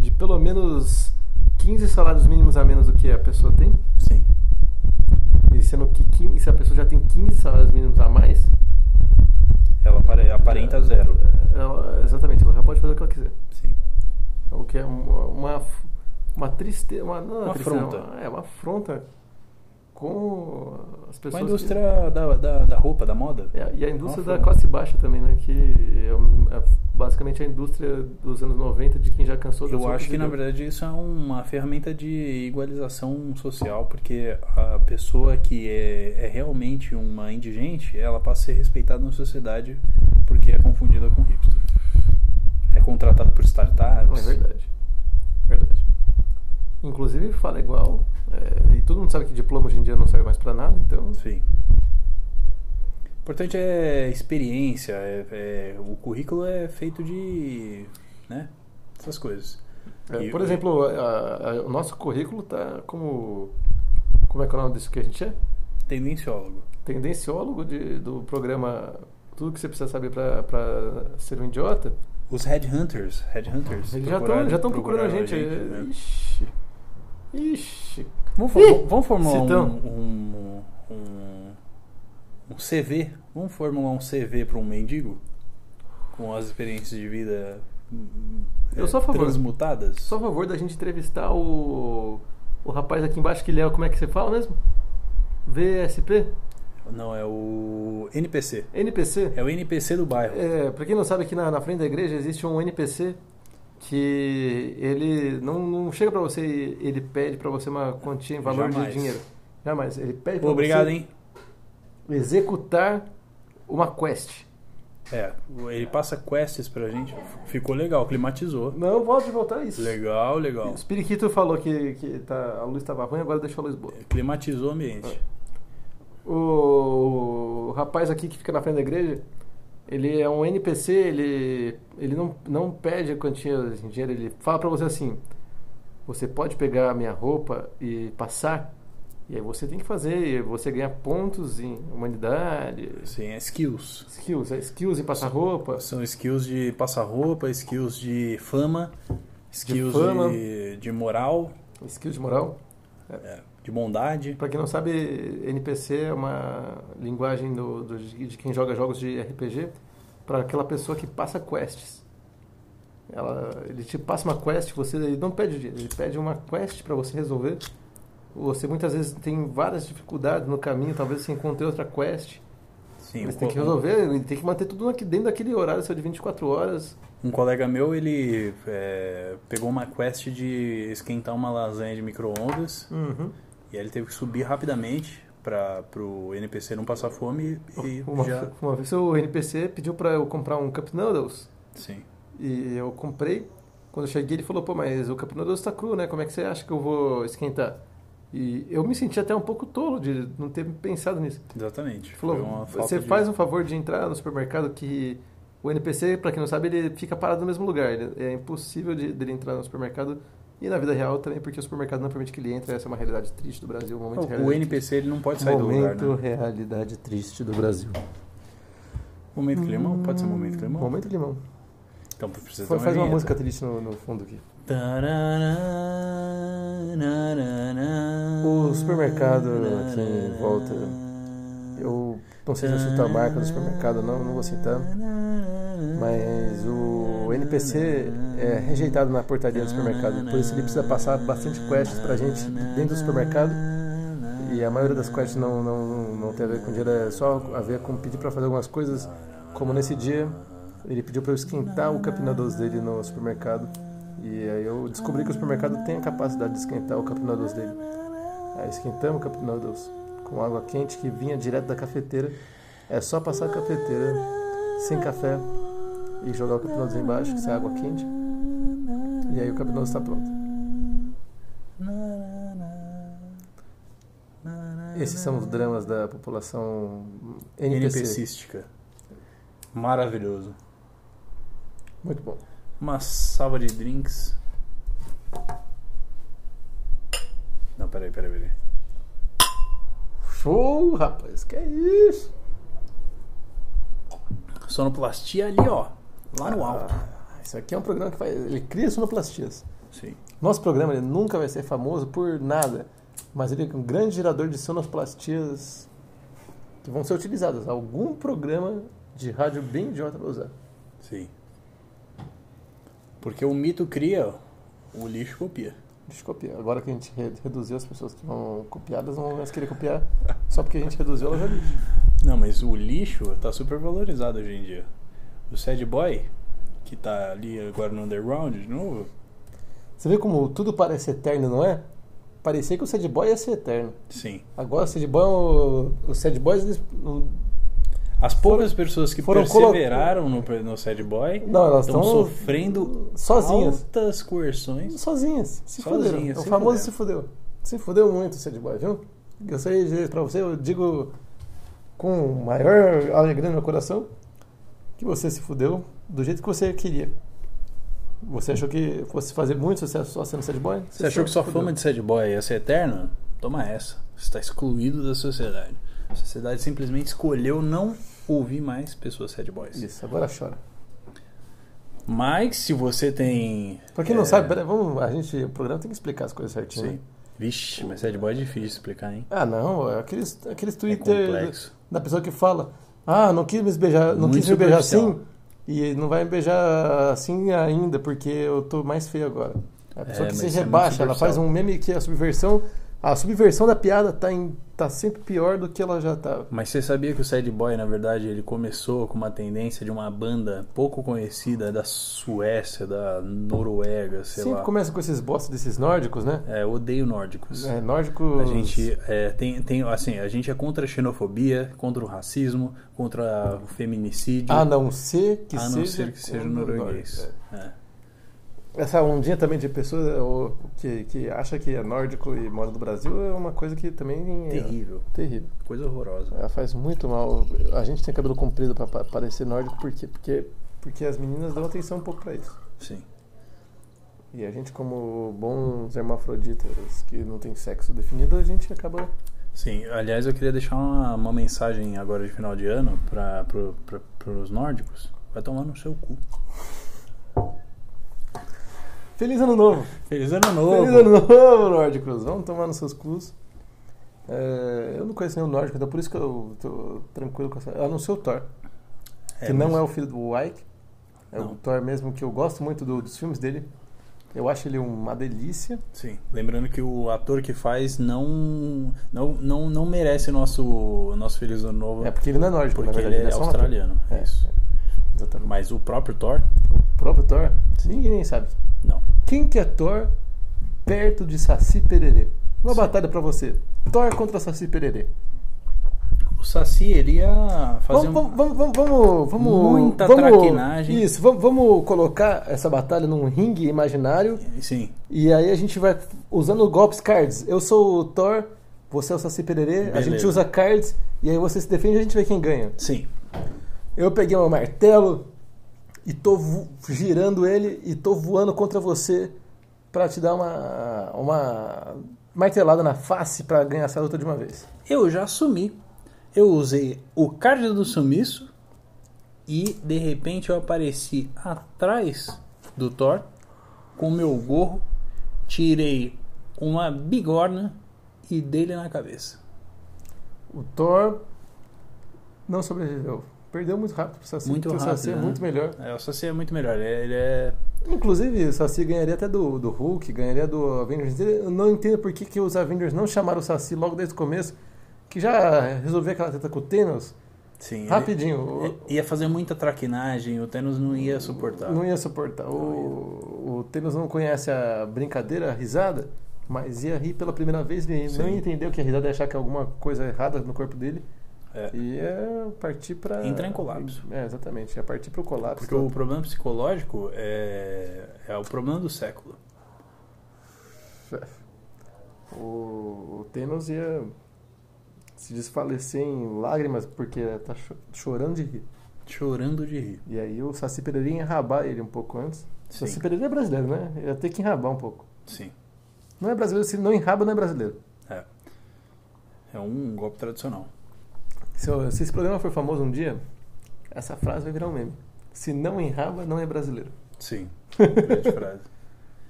de pelo menos 15 salários mínimos a menos do que a pessoa tem. Sim. E sendo que 15, se a pessoa já tem 15 salários mínimos a mais. Ela apare- aparenta zero. É, Ela, exatamente, ela já pode fazer o que ela quiser. Sim. O que é uma, uma, uma tristeza. Uma, não é Uma tristeza, afronta. Uma, é uma afronta com as Com pessoas. a que- indústria da, da, da roupa, da moda. É, e a indústria da Uma afronta. classe baixa também, né? Que é, um- é basicamente a indústria dos anos 90 de quem já cansou da Eu sua acho que, na vida. verdade, isso é uma ferramenta de igualização social, porque a pessoa que é, é realmente uma indigente, ela passa a ser respeitada na sociedade porque é confundida com hipster. É contratada por startups. Não, é verdade. Verdade. Inclusive fala igual. é, e todo mundo sabe que diploma hoje em dia não serve mais pra nada, então. Sim. O importante é experiência. é- é- o currículo é feito de. né? Essas coisas. É, E- por exemplo, a- a- o nosso currículo tá como. Como é que é o nome disso que a gente é? Tendenciólogo. Tendenciólogo de- do programa Tudo que você precisa saber pra, pra ser um idiota. Os Headhunters. Headhunters. Eles já procuraram- estão procurando a procuraram gente. é, né? Ixi. Ixi. Vamos, for- Ih! vamos formular Citão. um, um, um, um CV? Vamos formular um CV para um mendigo? Com as experiências de vida hum, Eu é, sou a favor. transmutadas? Só a favor da gente entrevistar o. O rapaz aqui embaixo que ele é. Como é que você fala mesmo? VSP? Não, é o NPC. NPC? É o NPC do bairro. É, pra quem não sabe, aqui na, na frente da igreja existe um NPC que ele não, não chega pra você e ele pede pra você uma quantia em valor Jamais. de dinheiro. Jamais. Ele pede pra Obrigado, você hein? executar uma quest. É, ele passa quests pra gente. Ficou legal, climatizou. Não pode voltar é isso. Legal, legal. O Spiriquito falou que, que tá- a luz estava ruim, agora deixou a luz boa. É. Climatizou o ambiente. O rapaz aqui que fica na frente da igreja, ele é um NPC, ele, ele não, não pede a quantia de dinheiro, ele fala pra você assim: você pode pegar a minha roupa e passar, e aí você tem que fazer, e você ganha pontos em humanidade, Sim, é skills. skills, é, skills em passar roupa. São skills de passar roupa, skills de fama, skills de, fama. de moral, Skills de moral. é, de bondade. Pra quem não sabe, NPC é uma linguagem do, do- de quem joga jogos de RPG pra aquela pessoa que passa quests. Ela, ele te passa uma quest, você ele não pede dinheiro, ele pede uma quest pra você resolver. Você muitas vezes tem várias dificuldades no caminho, talvez você encontre outra quest. Sim, mas um tem co- que resolver, e tem que manter tudo aqui dentro daquele horário seu de 24 horas. Um colega meu, ele é, pegou uma quest de esquentar uma lasanha de micro-ondas e aí ele teve que subir rapidamente para pro NPC não passar fome e, e Uma, já... uma vez o NPC pediu pra eu comprar um Cup Noodles. Sim. E eu comprei. Quando eu cheguei, ele falou: pô, mas o Capinodolo está cru, né? Como é que você acha que eu vou esquentar? E eu me senti até um pouco tolo de não ter pensado nisso. Exatamente. Ele falou: Foi uma falta você de- faz um favor de entrar no supermercado que o NPC, pra quem não sabe, ele fica parado no mesmo lugar. Ele- é impossível de, dele entrar no supermercado e na vida real também, porque o supermercado não permite que ele entre. Essa é uma realidade triste do Brasil, um momento Não, O realidade NPC ele não pode sair momento do lugar, né? realidade triste do Brasil. Momento climão? Pode ser momento climão? Hum, Momento limão. Então precisa Fa- ter Faz uma vinheta. música triste no, no fundo aqui. O supermercado aqui em volta, Eu não sei se eu citar a marca do supermercado ou não, não vou citar. Mas o NPC é rejeitado na portaria do supermercado, por isso ele precisa passar bastante quests pra gente dentro do supermercado. E a maioria das quests não, não, não tem a ver com dinheiro, é só a ver com pedir pra fazer algumas coisas. Como nesse dia, ele pediu pra eu esquentar o Cup Noodles dele no supermercado. E aí eu descobri que o supermercado tem a capacidade de esquentar o Cup Noodles dele. Aí esquentamos o Cup Noodles com água quente que vinha direto da cafeteira. É só passar a cafeteira sem café e jogar o Cup Noodles embaixo, que isso é água quente. E aí o Cup Noodles está pronto. Esses são os dramas da população NPC. NPCística. Maravilhoso. Muito bom. Uma salva de drinks. Não, peraí, peraí, peraí. Show, rapaz. Que é isso? Sonoplastia ali, ó. Lá no alto. Ah, isso aqui é um programa que faz, ele cria sonoplastias. Sim. Nosso programa ele nunca vai ser famoso por nada, mas ele é um grande gerador de sonoplastias que vão ser utilizadas. Algum programa de rádio bem idiota vai usar. Sim. Porque o mito cria, o lixo copia. Deixa eu copiar. Agora que a gente re- reduziu as pessoas que vão copiar, elas não vão mais querer copiar só porque a gente reduziu elas a lixo. Não, mas o lixo tá super valorizado hoje em dia. O sad boy, que tá ali agora no underground de novo. Você vê como tudo parece eterno, não é? Parecia que o Sad Boy ia ser eterno. Sim. Agora o Sad Boy, é o- os Sad Boys, eles, não- As poucas pessoas que foram colo- perseveraram no, pre- no Sad Boy Não, elas estão tão sofrendo sozinhas. altas coerções. Sozinhas, se Sozinhas, fuderam. O se famoso se fudeu. Se fudeu muito o Sad Boy, viu? Eu sei dizer pra você, eu digo com maior alegria no meu coração que você se fudeu do jeito que você queria. Você achou que fosse fazer muito sucesso só sendo Sad Boy? Você achou que sua se fudeu. fama de Sad Boy ia ser eterna? Toma essa. Você está excluído da sociedade. A sociedade simplesmente escolheu não ouvir mais pessoas Sad Boys. Isso, agora chora. Mas se você tem. Pra quem não é, sabe, peraí, vamos, a gente, o programa tem que explicar as coisas certinho. Sim. né? Vixe, mas Sad Boy é difícil explicar, hein? Ah, não, é aqueles, aqueles É Twitter né? complexo. da pessoa que fala: "Ah, não quis me beijar, não Muito quis me beijar superficial. assim e não vai me beijar assim ainda porque eu tô mais feio agora". A pessoa É, que mas se isso é muito rebaixa, ela superficial. faz um meme que a subversão, a subversão da piada tá em tá sempre pior do que ela já tá. tava. Mas você sabia que o Sad Boy, na verdade, ele começou com uma tendência de uma banda pouco conhecida da Suécia, da Noruega, sei Sempre lá. começa com esses bosta desses nórdicos, né? É, eu odeio nórdicos. É, nórdicos. A gente é, tem, tem, assim, a gente é contra a xenofobia, contra o racismo, contra o feminicídio. A não ser que a não seja ser que seja como norueguês. nórdico. É. Essa ondinha também de pessoas ô, que, que acha que é nórdico e mora no Brasil é uma coisa que também é Terrível. terrível. Coisa horrorosa. Ela faz muito mal. A gente tem cabelo comprido pra pa- parecer nórdico, por quê? Porque, porque as meninas dão atenção um pouco pra isso. Sim. E a gente, como bons hermafroditas que não tem sexo definido, a gente acaba. Sim, aliás, eu queria deixar uma, uma mensagem agora de final de ano para pro, pra- pros nórdicos. Vai tomar no seu cu. Feliz ano novo! Feliz ano novo! Feliz ano novo, nórdicos! Vamos tomar nos seus cus. É, eu não conheço nenhum nórdico, então por isso que eu tô tranquilo com essa. A não ser o Thor. que não é o filho do Ike. É Não. o Thor mesmo, que eu gosto muito do- dos filmes dele. Eu acho ele uma delícia. Sim, lembrando que o ator que faz não não não, não merece nosso nosso feliz ano novo, É porque ele não é nórdico, porque na verdade. ele é só um ator. australiano. É, Isso. Exatamente. Mas o próprio Thor, O próprio Thor, ninguém nem sabe. não. Quem que é Thor perto de Saci Pererê? Uma Sim. batalha pra você. Thor contra Saci Pererê. O Saci ele ia Vamos, fazer um- vamos, vamos, vamos, vamos, vamos- Muita vamos- traquinagem. Isso, vamos, vamos colocar essa batalha num ringue imaginário sim. e aí a gente vai usando golpes cards. Eu sou o Thor, você é o Saci Pererê, a Beleza. gente usa cards e aí você se defende e a gente vê quem ganha. Sim. Eu peguei meu martelo e tô vo- girando ele e tô voando contra você pra te dar uma, uma martelada na face pra ganhar essa luta de uma vez. Eu já sumi. Eu usei o card do sumiço e de repente eu apareci atrás do Thor com meu gorro, tirei uma bigorna e dele na cabeça. O Thor não sobreviveu. Perdeu muito rápido pro Saci, Muito porque o Saci rápido, é né? muito melhor. É, o Saci é muito melhor. Ele ele é. Inclusive, o Saci ganharia até do, do Hulk, ganharia do Avengers. Eu não entendo por que, que os Avengers não chamaram o Saci logo desde o começo, que já resolveu aquela treta com o Thanos Sim. ele- rapidinho. O- é- Ia fazer muita traquinagem, o Thanos não ia suportar. Não ia suportar. O, o Thanos não conhece a brincadeira, a risada, mas ia rir pela primeira vez e não Sim. ia entender o que é risada, ia achar que é alguma coisa errada no corpo dele. É. E ia partir pra. Entrar em colapso. É, exatamente. Ia partir pro colapso. Porque o problema psicológico é, é o problema do século. O, o Thanos ia se desfalecer em lágrimas porque tá cho- chorando de rir. Chorando de rir. E aí o Saci Pereira ia enrabar ele um pouco antes. Sim. Saci Pereira é brasileiro, né? Ia ter que enrabar um pouco. Sim. Não é brasileiro, se não enraba, não é brasileiro. É. É um golpe tradicional. Se, eu- se esse programa for famoso um dia, essa frase vai virar um meme. Se não enraba, não é brasileiro. Sim. Grande frase.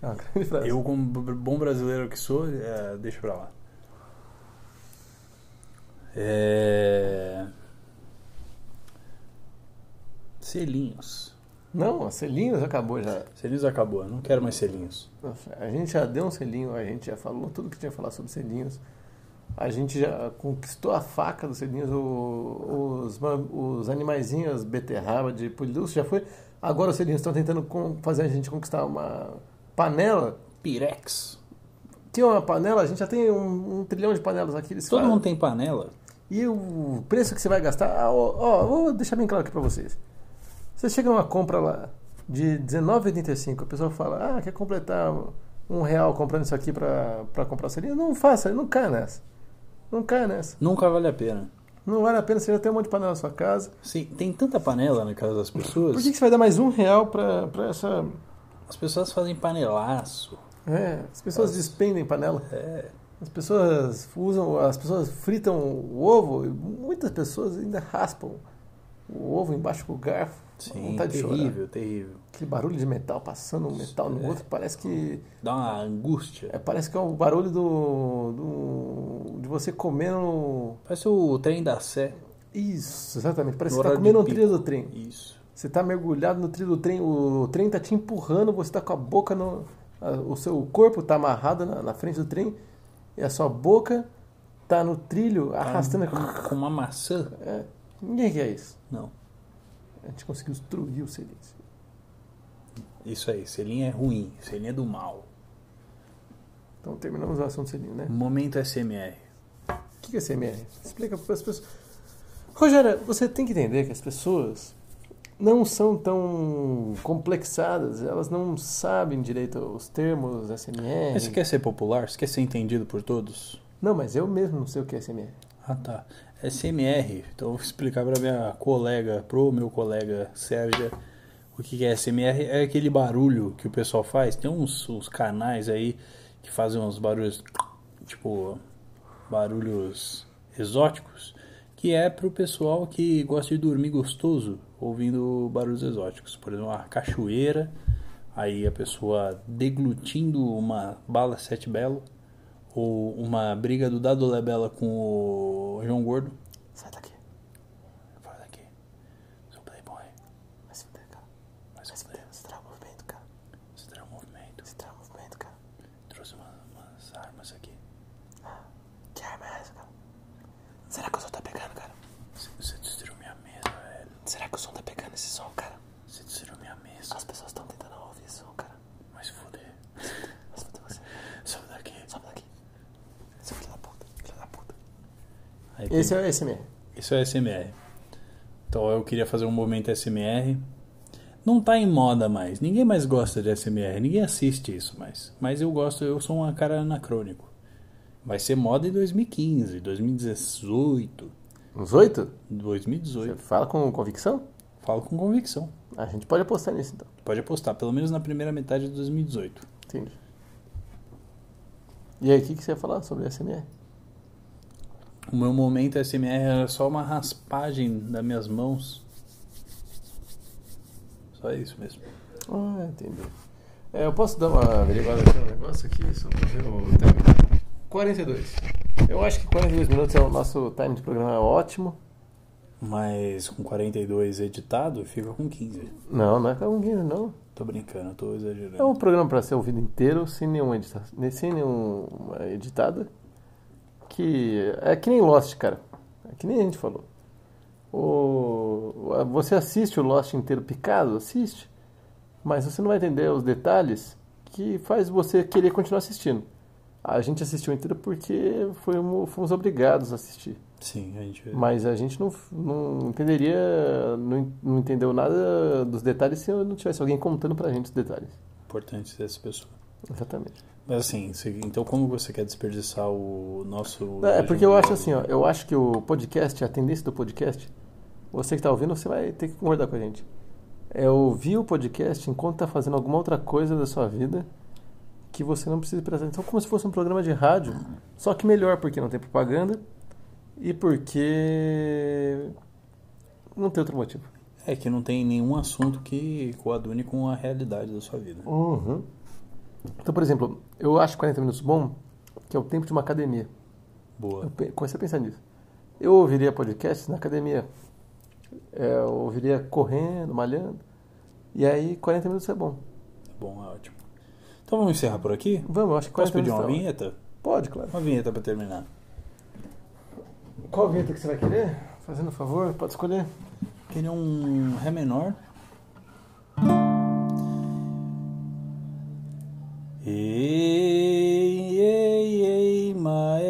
É uma grande frase. Ah. Eu, como b- bom brasileiro que sou, é, deixa pra lá. É... Selinhos. Não, ó, selinhos acabou já. Selinhos acabou, eu não quero mais selinhos. Nossa, A gente já deu um selinho, a gente já falou tudo que tinha que falar sobre selinhos. A gente já conquistou a faca dos selinhos, o- os, ma- os animaizinhos, beterraba de poliluxo, já foi. Agora os selinhos estão tentando con- fazer a gente conquistar uma panela. Pirex. Tinha uma panela, a gente já tem um, um trilhão de panelas aqui. eles Todo fazem. mundo tem panela. E o preço que você vai gastar, ah, ó, ó, vou deixar bem claro aqui pra vocês. Você chega numa compra lá de R$19,85, a pessoa fala, ah, quer completar um real comprando isso aqui pra, pra comprar seringa? Não faça, não cai nessa. Não cai nessa. Nunca vale a pena. Não vale a pena, você já tem um monte de panela na sua casa. Sim, tem tanta panela na casa das Por pessoas. que, que você vai dar mais um real pra, pra essa... As pessoas fazem panelaço. É, as pessoas despendem panela. É, As pessoas usam, as pessoas fritam o ovo, e muitas pessoas ainda raspam o ovo embaixo com o garfo. sim, vontade de terrível, chorar. terrível. Aquele barulho de metal passando um metal no É. outro, parece que Dá uma angústia. é, parece que é o barulho do, do de você comendo Parece o trem da Sé. isso, exatamente, parece No que você tá horário comendo um de trilho do trem. Isso. Você tá mergulhado no trilho do trem, o trem tá te empurrando, você tá com a boca no. a- o seu corpo tá amarrado na, na frente do trem e a sua boca tá no trilho arrastando. Com, com uma maçã? É, ninguém quer isso. Não. A gente conseguiu destruir o silêncio. Isso aí, selinha é ruim, selinha é do mal. Então terminamos o assunto selinho, né? Momento SMR. O que que é CMR? Explica para as pessoas. Rogério, você tem que entender que as pessoas não são tão complexadas, elas não sabem direito os termos SMR. Mas você quer ser popular? Você quer ser entendido por todos? Não, mas eu mesmo não sei o que é SMR. Ah tá. SMR. Então eu vou explicar pra minha colega, pro meu colega Sérgio, o que que é SMR. É aquele barulho que o pessoal faz. Tem uns, uns canais aí que fazem uns barulhos, tipo, barulhos exóticos, que é pro pessoal que gosta de dormir gostoso ouvindo barulhos exóticos. Por exemplo, uma cachoeira, aí a pessoa deglutindo uma bala sete belo ou uma briga do Dado Lebela com o João Gordo. Sai daqui. Vai Fala daqui. Sou um playboy. se fuder, cara. Mas um Vai se fuder. Você trava o movimento, cara. você terá um movimento. Você trava o movimento, cara. Trouxe uma- umas armas aqui. Que arma é essa, cara? Será que o som tá pegando, cara? Você, você destruiu minha mesa, velho. Será que o som tá pegando esse som, cara? Você destruiu minha mesa. As pessoas estão tentando ouvir esse som, cara. Mas foder. Mas fudeu você. Sobe daqui. Sobe daqui. Seu filho da puta. Filho da puta. Aí tem- Esse é o SMR. Isso é SMR. Então eu queria fazer um momento SMR. Não tá em moda mais. Ninguém mais gosta de SMR. Ninguém assiste isso mais. Mas eu gosto, eu sou um cara anacrônico. Vai ser moda em 2015, 2018, Uns oito? 2018. fala com convicção? Falo com convicção. A gente pode apostar nisso então. Pode apostar, pelo menos na primeira metade de 2018. Entendi. E aí, o que, que você ia falar sobre SMR? O meu momento SMR era é só uma raspagem das minhas mãos. Só isso mesmo. Ah, entendi. É, eu posso dar uma averiguada aqui no negócio aqui, só pra ver o time. 42. Eu acho que 42 minutos é o nosso time de programa é ótimo. Mas com 42 editado, fica com 15. Não, não é com 15, não. Tô brincando, tô exagerando. É um programa para ser ouvido inteiro, sem nenhuma edita sem nenhuma editada. Que é que nem Lost, cara. É que nem a gente falou. O, a- você assiste o Lost inteiro picado, assiste, mas você não vai entender os detalhes que faz você querer continuar assistindo. A gente assistiu inteiro porque fomos, fomos obrigados a assistir. Sim, a gente. é Mas a gente não, não entenderia, não, não entendeu nada dos detalhes se não tivesse alguém contando pra gente os detalhes. Importante ser essa pessoa. Exatamente. Mas assim, se- então como você quer desperdiçar o nosso. É, porque eu acho assim, ó, eu acho que o podcast, a tendência do podcast, você que tá ouvindo, você vai ter que concordar com a gente. É ouvir o podcast enquanto tá fazendo alguma outra coisa da sua vida que você não precisa prestar atenção, como se fosse um programa de rádio, só que melhor porque não tem propaganda e porque não tem outro motivo. É que não tem nenhum assunto que coadune com a realidade da sua vida. Uhum. Então, por exemplo, eu acho 40 minutos bom, que é o tempo de uma academia. Eu Boa. pe- comecei a pensar nisso. Eu ouviria podcast na academia. É, eu ouviria correndo, malhando. E aí, 40 minutos é bom. Bom, é ótimo. Então vamos encerrar por aqui? Vamos, eu acho que Posso 40 pedir minutos uma tá ótimo. vinheta? Pode, claro. Uma vinheta pra terminar. Qual vinheta que você vai querer? Fazendo um favor, pode escolher. Queria um Ré menor. Ei, ei, ei, Mael.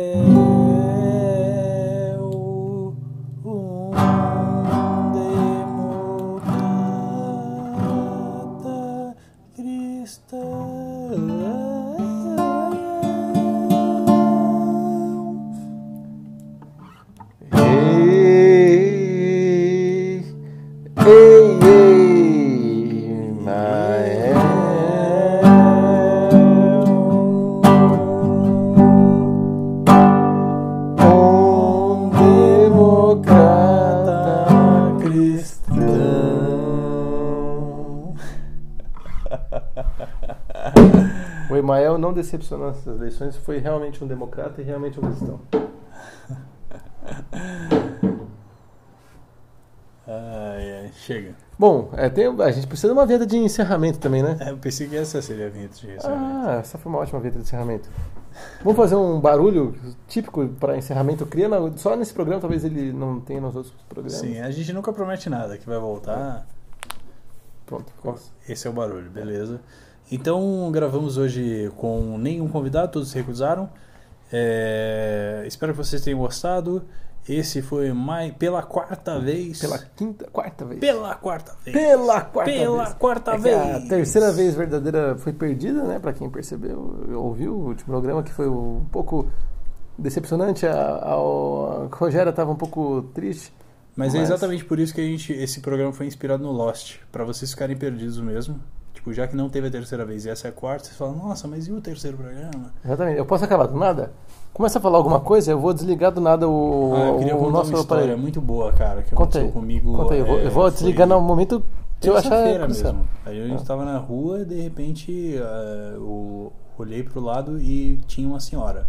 O Emael não decepcionou nessas eleições, foi realmente um democrata e realmente um cristão. Ai, ai, chega. Bom, é, tem- a gente precisa de uma vinheta de encerramento também, né? É, eu pensei que essa seria a vinheta de encerramento. Ah, essa foi uma ótima vinheta de encerramento. Vamos fazer um barulho típico para encerramento cria na- só nesse programa, talvez ele não tenha nos outros programas. Sim, a gente nunca promete nada que vai voltar. Pronto, ficou. Esse é o barulho, beleza. Então, gravamos hoje com nenhum convidado, todos se recusaram. É, espero que vocês tenham gostado. Esse foi mais pela quarta vez. Pela quinta, quarta vez. Pela quarta vez. Pela quarta Pela vez. quarta É que vez. A terceira vez verdadeira foi perdida, né? Pra quem percebeu, ouviu o último programa, que foi um pouco decepcionante. A, a, a Rogéria estava um pouco triste. Mas, é Mas- exatamente por isso que a gente, esse programa foi inspirado no Lost, Pra vocês ficarem perdidos mesmo. Tipo, já que não teve a terceira vez e essa é a quarta, vocês falam, nossa, mas e o terceiro programa? Exatamente. Eu posso acabar do nada? Começa a falar alguma coisa, eu vou desligar do nada o, ah, eu queria o contar nosso uma história aparelho. é muito boa, cara, que Conta aí. aconteceu comigo. Conta aí, eu vou, é, eu vou foi desligar no momento que Ah. eu achar terça-feira crucial. mesmo. Aí a gente tava na rua, de repente, ah, eu olhei pro lado e tinha uma senhora.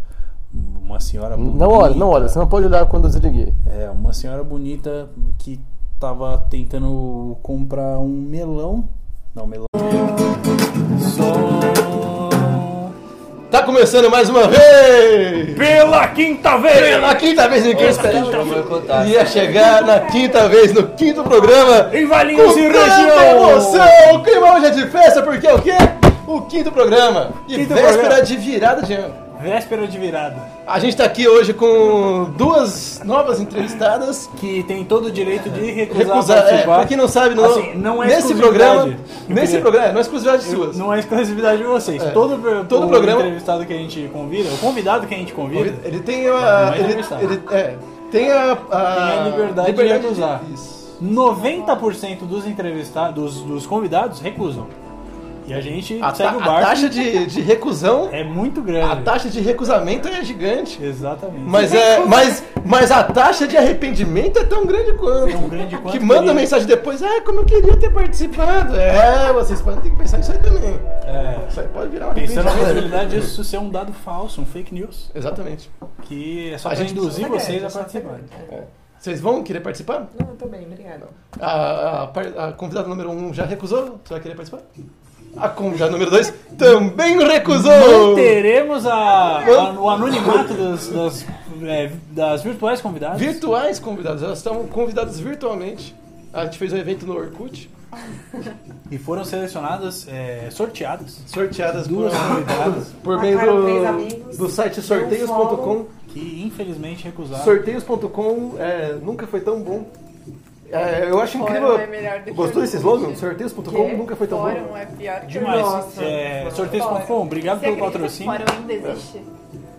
Uma senhora bonita. Não olha, não olha, você não pode olhar quando eu desliguei. É, uma senhora bonita que tava tentando comprar um melão. Não, melão. Tá começando mais uma vez! Pela quinta vez! A quinta vez em que eu Não esperava. vai contar. Ia chegar na quinta vez, no quinto programa. Em Com Valinhos e tanta região! emoção! O clima hoje é de festa, porque é o quê? O quinto programa. E Quinto véspera programa. de virada de ano. Véspera de virada. A gente tá aqui hoje com duas novas entrevistadas. Que tem todo o direito de recusar Recusar, é, participar. pra quem não sabe, não, Assim, não é nesse exclusividade. programa, Eu nesse queria- programa, não é exclusividade suas. Não é exclusividade de vocês. Todo, pro- Todo o programa- entrevistado que a gente convida, o convidado que a gente convida, Ele, ele tem a. é Ele, entrevistado. ele- é, tem a, a, a liberdade de recusar. isso. 90% dos entrevistados, dos, dos convidados recusam. E a gente A, ta- segue o a barco. taxa de, de recusão, É muito grande. a taxa de recusamento é gigante. Exatamente. Mas, é, mas, mas a taxa de arrependimento é tão grande quanto. Tão um grande quanto Que manda queria. mensagem depois, é como eu queria ter participado. É, vocês podem ter que pensar nisso aí também. É, Isso aí pode virar uma pensando na arrependimento. possibilidade disso ser um dado falso, um fake news, Exatamente. que é só A pra gente induzir Só vocês quero, a só participarem. quero. Vocês vão querer participar? Não, eu tô bem, obrigada. A, a par- a convidada número 1 um já recusou? Você vai querer participar? A convidada número 2 também recusou! Manteremos a, a- o anonimato das, das, é, das virtuais convidadas. Virtuais convidados, elas estão convidadas virtualmente. A gente fez um evento no Orkut, E foram selecionadas, é, sorteadas. sorteadas Duas por, convidadas por Marcaram três meio do, amigos, do site deu um sorteios.com. follow. que infelizmente recusaram. Sorteios.com é, nunca foi tão bom. É, eu acho incrível. Fórum é melhor do que Gostou desse slogan? Sorteios.com Que nunca foi tão fórum bom. é pior que Demais. Nossa. É, sorteios.com, obrigado Você um pelo acredita que patrocínio. Fórum ainda existe.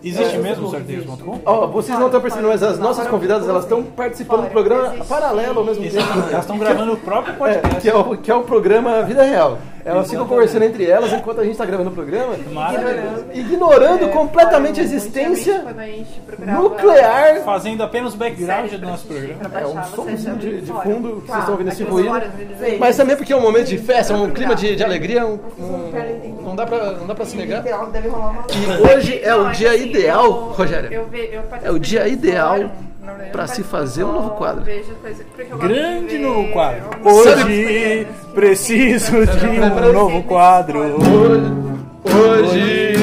Existe É, mesmo o não sorteios.com? Ó, vocês não estão percebendo, mas as Fórum, nossas fórum, convidadas elas estão participando do programa existe. paralelo ao mesmo tempo. Elas estão gravando o próprio É, podcast. que, é o, que é o programa Vida Real. É, Elas ficam conversando entre elas enquanto a gente está gravando o programa, Maravilhoso. ignorando É, completamente a fórum, antigamente, existência quando a gente procurava nuclear Fazendo apenas o background séries do pra nosso assistir, programa. pra É baixar, um você somzinho já abriu de- de fórum. fundo que vocês Tá, estão ouvindo esse aqueles ruído. fóruns, eles existem. Mas também porque é um momento de festa, é um clima de, de alegria, um- um- não, dá pra, não dá pra se negar. Ideal, deve rolar uma E hoje é o Não, dia assim, ideal, eu- Rogério, eu ve- eu É o dia participei de um ideal fórum, na pra verdade, eu se participo fazer um novo só, quadro. vejo coisa- porque eu gosto de Grande ver um novo quadro. algumas coisas Hoje bacanas que preciso eu de sempre um gosto. novo quadro. Hoje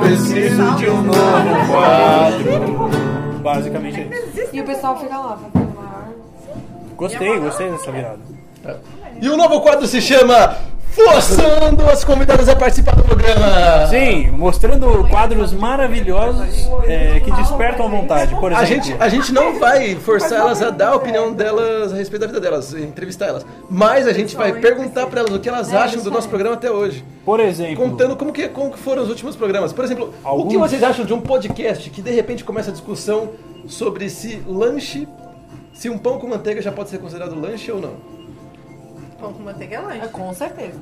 preciso de um novo quadro. Basicamente é isso. E o pessoal fica lá fazendo uma... Gostei, gostei dessa virada. E o novo quadro se chama Forçando as convidadas a participar do programa. Sim, mostrando quadros maravilhosos é, que despertam a vontade. Por A gente, exemplo, a gente não vai forçar elas a dar a opinião delas a respeito da vida delas, entrevistar elas. Mas a gente vai perguntar pra elas o que elas acham do nosso programa até hoje. por exemplo, Contando como que, como que foram os últimos programas. Por exemplo, o Alguns. que vocês acham de um podcast que de repente começa a discussão sobre se lanche, se um pão com manteiga já pode ser considerado lanche ou não? Pão com manteiga é lanche. Com certeza.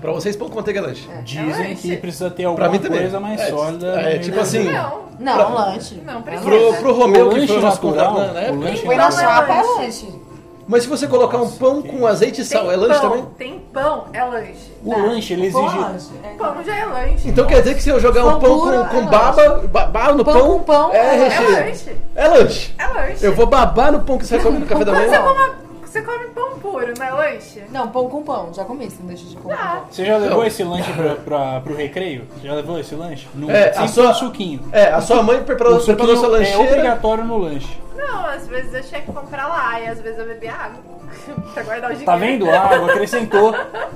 Pra vocês, pão com manteiga é lanche. dizem que precisa ter Pra alguma mim também. coisa mais É, sólida. é, no meio tipo da- assim, Não, Não, Pra- lanche. não precisa. Pro, pro o Romeu, que lanche foi o nosso convidado natural. na na O época. lanche Foi na natural. chapa, é lanche. lanche. Mas se você colocar um pão com azeite e sal, é lanche pão, também? Tem pão, é lanche. O lanche, ele Pão exige. é lanche, é. Pão já é lanche. Então quer dizer que se eu jogar um Pão pão puro com, é com lanche. baba, babar no Pão com pão é é é recheio. lanche. É lanche. É lanche. Eu vou babar no pão que você come no café da Quando você manhã. come, você come pão puro, não é lanche? Não, pão com pão. Já comi, você não deixa de comer. Ah. Você já levou esse lanche pra, pra, pro recreio? Já levou esse lanche? Nunca. É, a Sempre sua- um suquinho. É, a sua mãe preparou, O suquinho preparou sua é lancheira. obrigatório no lanche. Não, às vezes eu tinha que comprar lá e às vezes eu bebia água pra guardar o dinheiro. Tá vendo? A água acrescentou.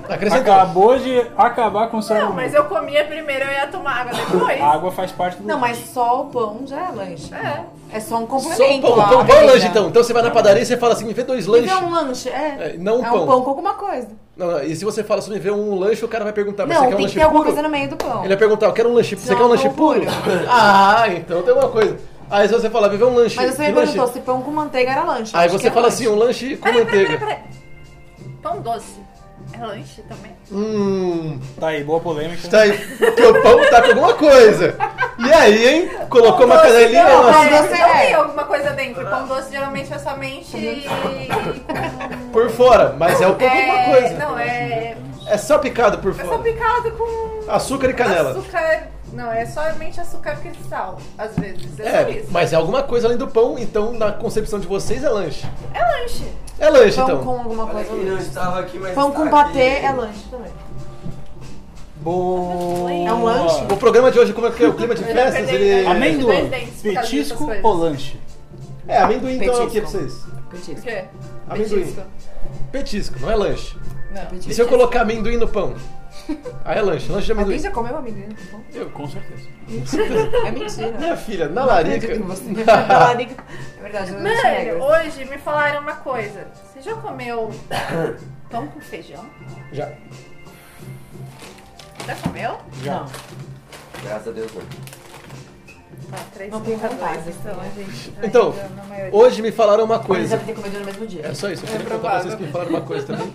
acrescentou. Acabou de acabar com o seu Não, mas eu comia primeiro, eu ia tomar água depois. Ah, A água faz parte do Não, mas só o pão já é lanche. É. É só um complemento. Só um pão. à Pão, pão é comida. lanche então. Então você vai na padaria e você fala assim, me vê dois Então, Me lanches. dá um lanche, é. É, não um é pão. um pão com alguma coisa. Não, não, e se você fala, só me vê um lanche, o cara vai perguntar, mas não, tem você quer um que lanche ter alguma puro? coisa no meio do pão. Ele vai perguntar, eu quero um lanche, você Não, quer um lanche pão puro. puro? ah, então tem uma coisa. Aí se você fala, me vê um lanche, Mas você que me lanche? perguntou se pão com manteiga era lanche. Aí Acho que você é fala lanche. assim, um lanche com Peraí, peraí, peraí, manteiga. peraí. Pão doce. É lanche também? Hum, Tá aí, boa polêmica. tá aí, teu pão tá com alguma coisa. E aí, hein? Colocou uma Doce canelinha nossa. não, pão mas doce não é. tem alguma coisa dentro. Pão doce geralmente é somente. por fora, mas é o pão com alguma é, coisa. Não, é. É só picado por É só fora. picado com Açúcar e canela. açúcar. Não, é somente açúcar cristal, às vezes. É, só É, isso. mas é alguma coisa além do pão, então na concepção de vocês é lanche. É lanche. É lanche, Pão então. com alguma Olha coisa que é não lanche. estava aqui, mas Pão está com aqui. patê é lanche também. Bom. É um lanche? O programa de hoje, como é que é o clima de festas? perdei, Ele... né? Amém? Amêndoa, Dois dentes por causa petisco dessas coisas. ou lanche? É, amendoim então é o que pra Petisco. vocês? O quê? Amendoim. Petisco. Petisco, não é lanche. Não. E se eu colocar amendoim no pão? Aí é lanche, lanche de Alguém amendoim. já comeu amendoim com pão? Eu, com certeza. É mentira. Minha filha, na Não larica. acredito em você. Talarica. É verdade, eu não sou Mano, negra. hoje me falaram uma coisa. Você já comeu pão com feijão? Já. Já comeu? Já. Graças a Deus, não. Tá, três Não tem contadores, vontade. Então, a gente. tá Então, indo na maioria. Hoje me falaram uma Mas coisa. deve ter comido no mesmo dia. É só isso, eu queria É perguntar pra provável. vocês que me falaram uma coisa também.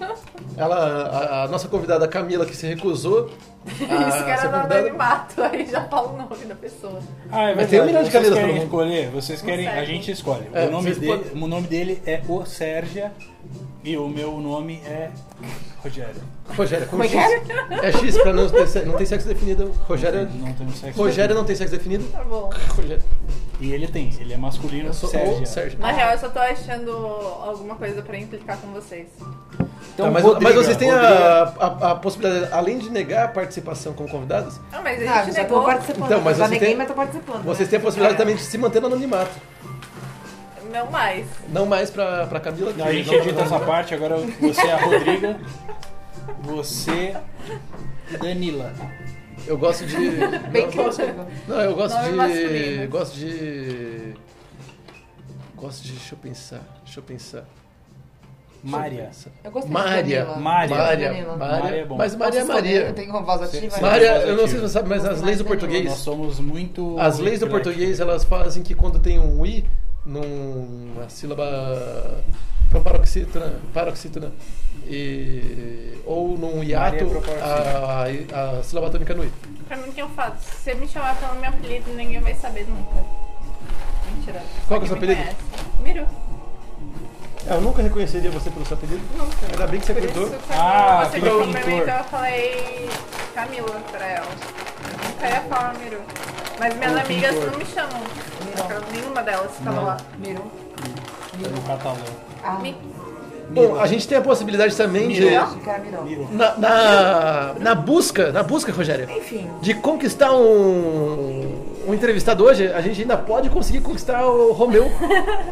Ela, a, a nossa convidada Camila, que se recusou. a Isso que ser era do convidada- anonimato, aí já fala o nome da pessoa. Ah, é Mas verdade. tem um milhão de vocês cabeças querem pra escolher? Vocês querem? A Consegue. gente escolhe. É, o, nome vocês dele, podem- o nome dele é O Sérgia e o meu nome é Rogério. Rogério, Como é que X. É X, pra não ter, se- não tem sexo definido. Rogério, Não tem sexo. Rogério não tem sexo definido. Tá bom. Rogério. E ele tem, ele é masculino, Eu sou Sérgia. o Sérgio. Na real, eu só tô achando alguma coisa pra implicar com vocês. então Tá, mas, Rodriga, mas vocês têm Rodriga. a, a, a possibilidade, além de negar a participação como convidados, Não, mas a Ah, gente já tô negou. participando. Então, mas já você neguei, tem- mas tô participando. vocês né? têm a possibilidade também de se manter no anonimato. Não mais. Não mais pra, pra Camila. que Não, a gente é não- tá edita essa parte, agora você é a Rodriga. Você. Danila. Eu gosto de. Bem é não, criativo. Não, eu gosto Nome de. masculino. Gosto de. Gosto de. Deixa eu pensar. Deixa eu pensar. Deixa eu Maria. pensar. Eu gostei Maria. de Danila. Maria. Maria. Danila. Maria é bom. Mas Maria é Posso escolher? Eu Maria. tenho uma voz ativa. né? Sim. Maria, eu não Positivo. sei se você sabe, mas as leis do Nós português. somos muito. As leis do português elas fazem que quando tem um i numa sílaba proparoxítona, paroxítona e ou num hiato proparoxítona. a, a sílaba tônica é no i. Pra mim, que eu faço? Se você me chamar pelo meu apelido, ninguém vai saber nunca. Mentira. Só Qual que é o quem seu me apelido? conhece. Miru. É, Eu nunca reconheceria você pelo seu apelido. Nunca. Ainda bem que você Por gritou. isso, quando Ah, você me gritou. cumprimentou, eu falei Camila pra ela. Nunca ia falar Miru. Mas minhas Ou amigas pintor. não me chamam. Nenhuma delas tava lá. Miru. No catalão. Ah, Mi- Bom, a gente tem a possibilidade também de acho que é era Miru. Miro. na, na, na busca, na busca, Rogério, Enfim. de conquistar um, um entrevistado hoje, a gente ainda pode conseguir conquistar o Romeu,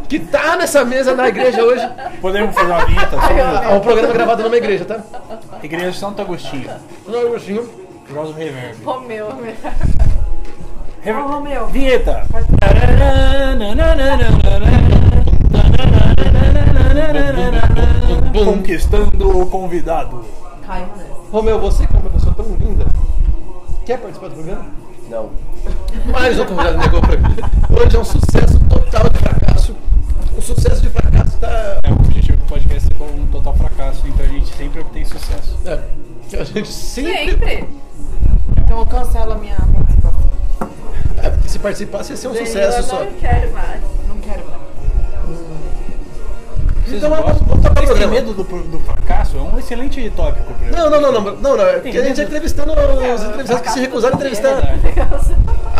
que tá nessa mesa na igreja hoje. Podemos fazer uma vinheta? É um programa gravado numa igreja, tá? Só- Igreja de Santo Agostinho. Não, gostinho. Por causa do reverb. Romeu. Rever- Ô, Romeu. Vinheta! Conquistando o convidado. Caiu nessa. Romeu, você que é uma pessoa tão linda, quer participar do programa? Não. Mais um convidado negou pra mim. Hoje é um sucesso total de fracasso. O sucesso de fracasso tá. É, o objetivo do podcast é ser um total fracasso, então a gente sempre obtém sucesso. É, a gente sempre Sempre. Então eu cancelo a minha participação. É, porque se participasse ia ser um Eu sucesso só. não quero mais. Não quero mais. Vocês Então, não gostam? vamos tocar o Vocês têm programa. medo do, pro- do fracasso? É um excelente tópico. pra- Não, não, não, não, não, não, é porque a gente tá entrevistando os entrevistados que se recusaram a É entrevistar. tá.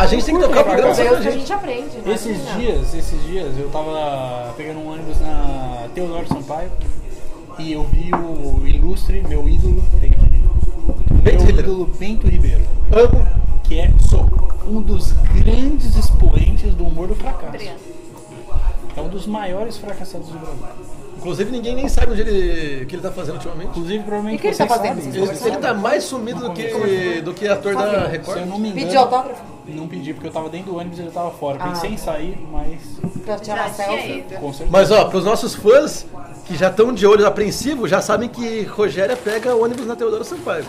A gente tem que tocar o programa só pra Deus, a gente. gente aprende. né? Esses Não. dias, esses dias, eu tava pegando um ônibus na Teodoro Sampaio e eu vi o ilustre, meu ídolo, tem aqui. Bento meu Ribeiro. ídolo Bento Ribeiro, Amo. que é sou um dos grandes expoentes do humor do fracasso. É um dos maiores fracassados do Brasil. Inclusive, ninguém nem sabe onde ele, o que ele tá fazendo ultimamente. Inclusive, provavelmente E o que ele vocês tá fazendo? sabem. Vocês Ele, ele tá mais sumido do que, do que ator da Se eu Record. não me engano, Pedir autógrafo? Ah. não pedi porque eu tava dentro do ônibus e ele tava fora. Pensei em sair, mas Pra tirar Já tinha selfie? ido. com certeza. Mas, ó, pros nossos fãs que já estão de olho apreensivo, já sabem que Rogéria pega ônibus na Teodoro Sampaio.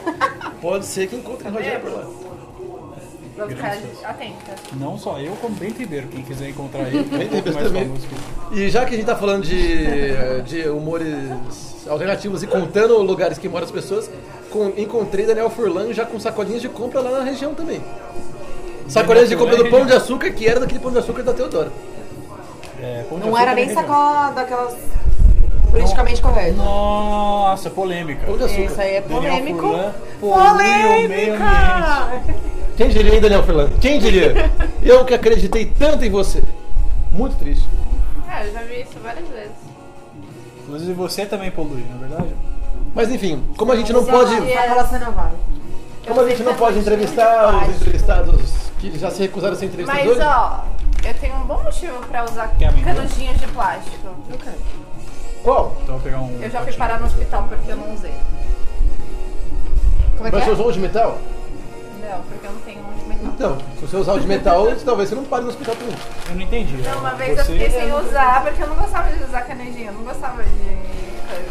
Pode ser que encontre a Rogéria por lá. Vou ficar atenta. Não só eu, como Bento Ribeiro, quem quiser encontrar ele. Bento Ribeiro também. E já que a gente tá falando de, de humores alternativos e contando lugares que moram as pessoas, com- encontrei Daniel Furlan já com sacolinhas de compra lá na região também. Sacolinhas de compra do Pão de Açúcar, que era daquele Pão de Açúcar da Teodoro. É, Não era nem sacola daquelas politicamente corretas. Nossa, polêmica. Pão de Isso Açúcar. aí é Daniel polêmico. Furlan, poluiu o meio ambiente. Polêmica! Quem diria, hein, Daniel Furlan? Quem diria? Eu que acreditei tanto em você. Muito triste. Ah, eu já vi isso várias vezes. Inclusive você também polui, não é verdade? Mas enfim, como a gente não pode, Sacola sem navalha. como Então, a gente não pode entrevistar os entrevistados que já se recusaram a ser entrevistados Mas hoje, ó, eu tenho um bom motivo pra usar Quer amendoim? canudinhos de plástico. qual? Então eu vou pegar um. Eu já fui parar no hospital porque eu não usei. Como é que Mas é? você usou um de metal? Não, porque eu não tenho um de metal. Então, se você usar o de metal, talvez você não pare no hospital por isso. Eu não entendi. Não, uma vez eu Você- fiquei sem usar, porque eu não gostava de usar canejinha, eu não gostava de coisa.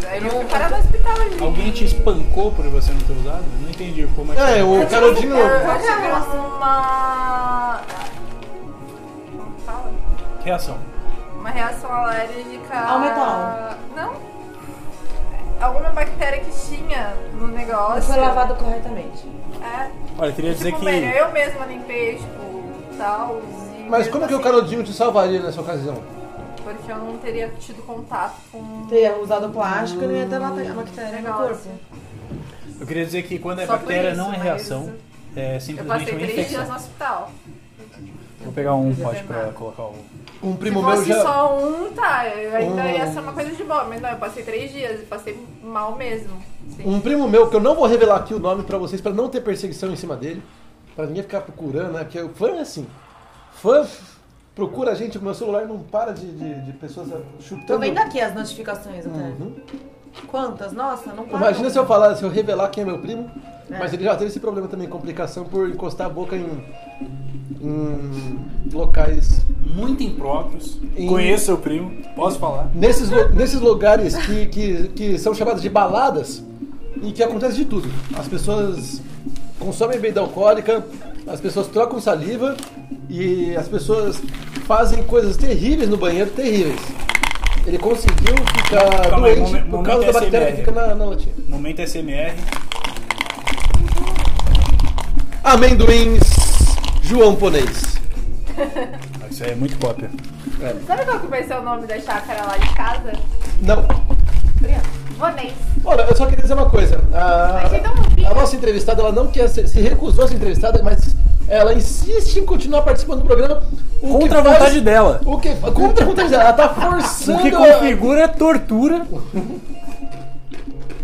Aí eu fui parar no hospital, gente. Alguém te espancou por você não ter usado? Eu não entendi como é que É, o Canudinho. Eu, eu tive uma... Como fala? Reação. Uma reação alérgica... Ao metal. Não. Alguma bactéria que tinha no negócio. Não foi lavado corretamente. É. Olha, eu queria dizer tipo, que. velho, eu mesma limpei, tipo, tal. e Mas mesmo como que o assim, Canudinho te salvaria nessa ocasião? Porque eu não teria tido contato com... Ter usado plástico, não ia ter bate- bactéria no Negócio. corpo. Eu queria dizer que quando é Só por bactéria isso, não é mas- reação. É Eu simplesmente passei uma três dias no infecção. hospital. Vou pegar um pote pra colocar o. Um Se primo meu fosse já. só um, tá, eu ainda Um- ia ser uma coisa de boa, mas não, eu passei três dias e passei mal mesmo. assim. Sim. Um primo meu, que eu não vou revelar aqui o nome pra vocês, pra não ter perseguição em cima dele, pra ninguém ficar procurando, né? Porque o fã é assim. Fã procura a gente, o meu celular não para de, de, de pessoas chutando. Tô vendo aqui as notificações até. Tá Uhum. Quantas? Nossa, não para. Imagina se eu falar, se eu revelar quem é meu primo, mas ele já teve esse problema também, complicação por encostar a boca em, em locais Muito impróprios. Em- Conheço seu primo, posso falar. nesses, lu- nesses lugares que, que, que são chamados de baladas e que acontece de tudo. As pessoas consomem bebida alcoólica, as pessoas trocam saliva e as pessoas fazem coisas terríveis no banheiro, terríveis. Ele conseguiu ficar Calma aí, doente momen- por momento é causa da bactéria que SMR. fica na, na latinha. Momento SMR. Amendoins João Ponês. Ah, Isso aí é muito cópia. Sabe qual que vai ser o nome da chácara lá de casa? Não. Vonês. Olha, eu só queria dizer uma coisa. A, Achei tão fofinho. a nossa entrevistada, ela não quer ser, se recusou a ser entrevistada, mas ela insiste em continuar participando do programa. O Contra a que faz- vontade dela. O que, contra a vontade dela, ela tá forçando. O que a- configura tortura.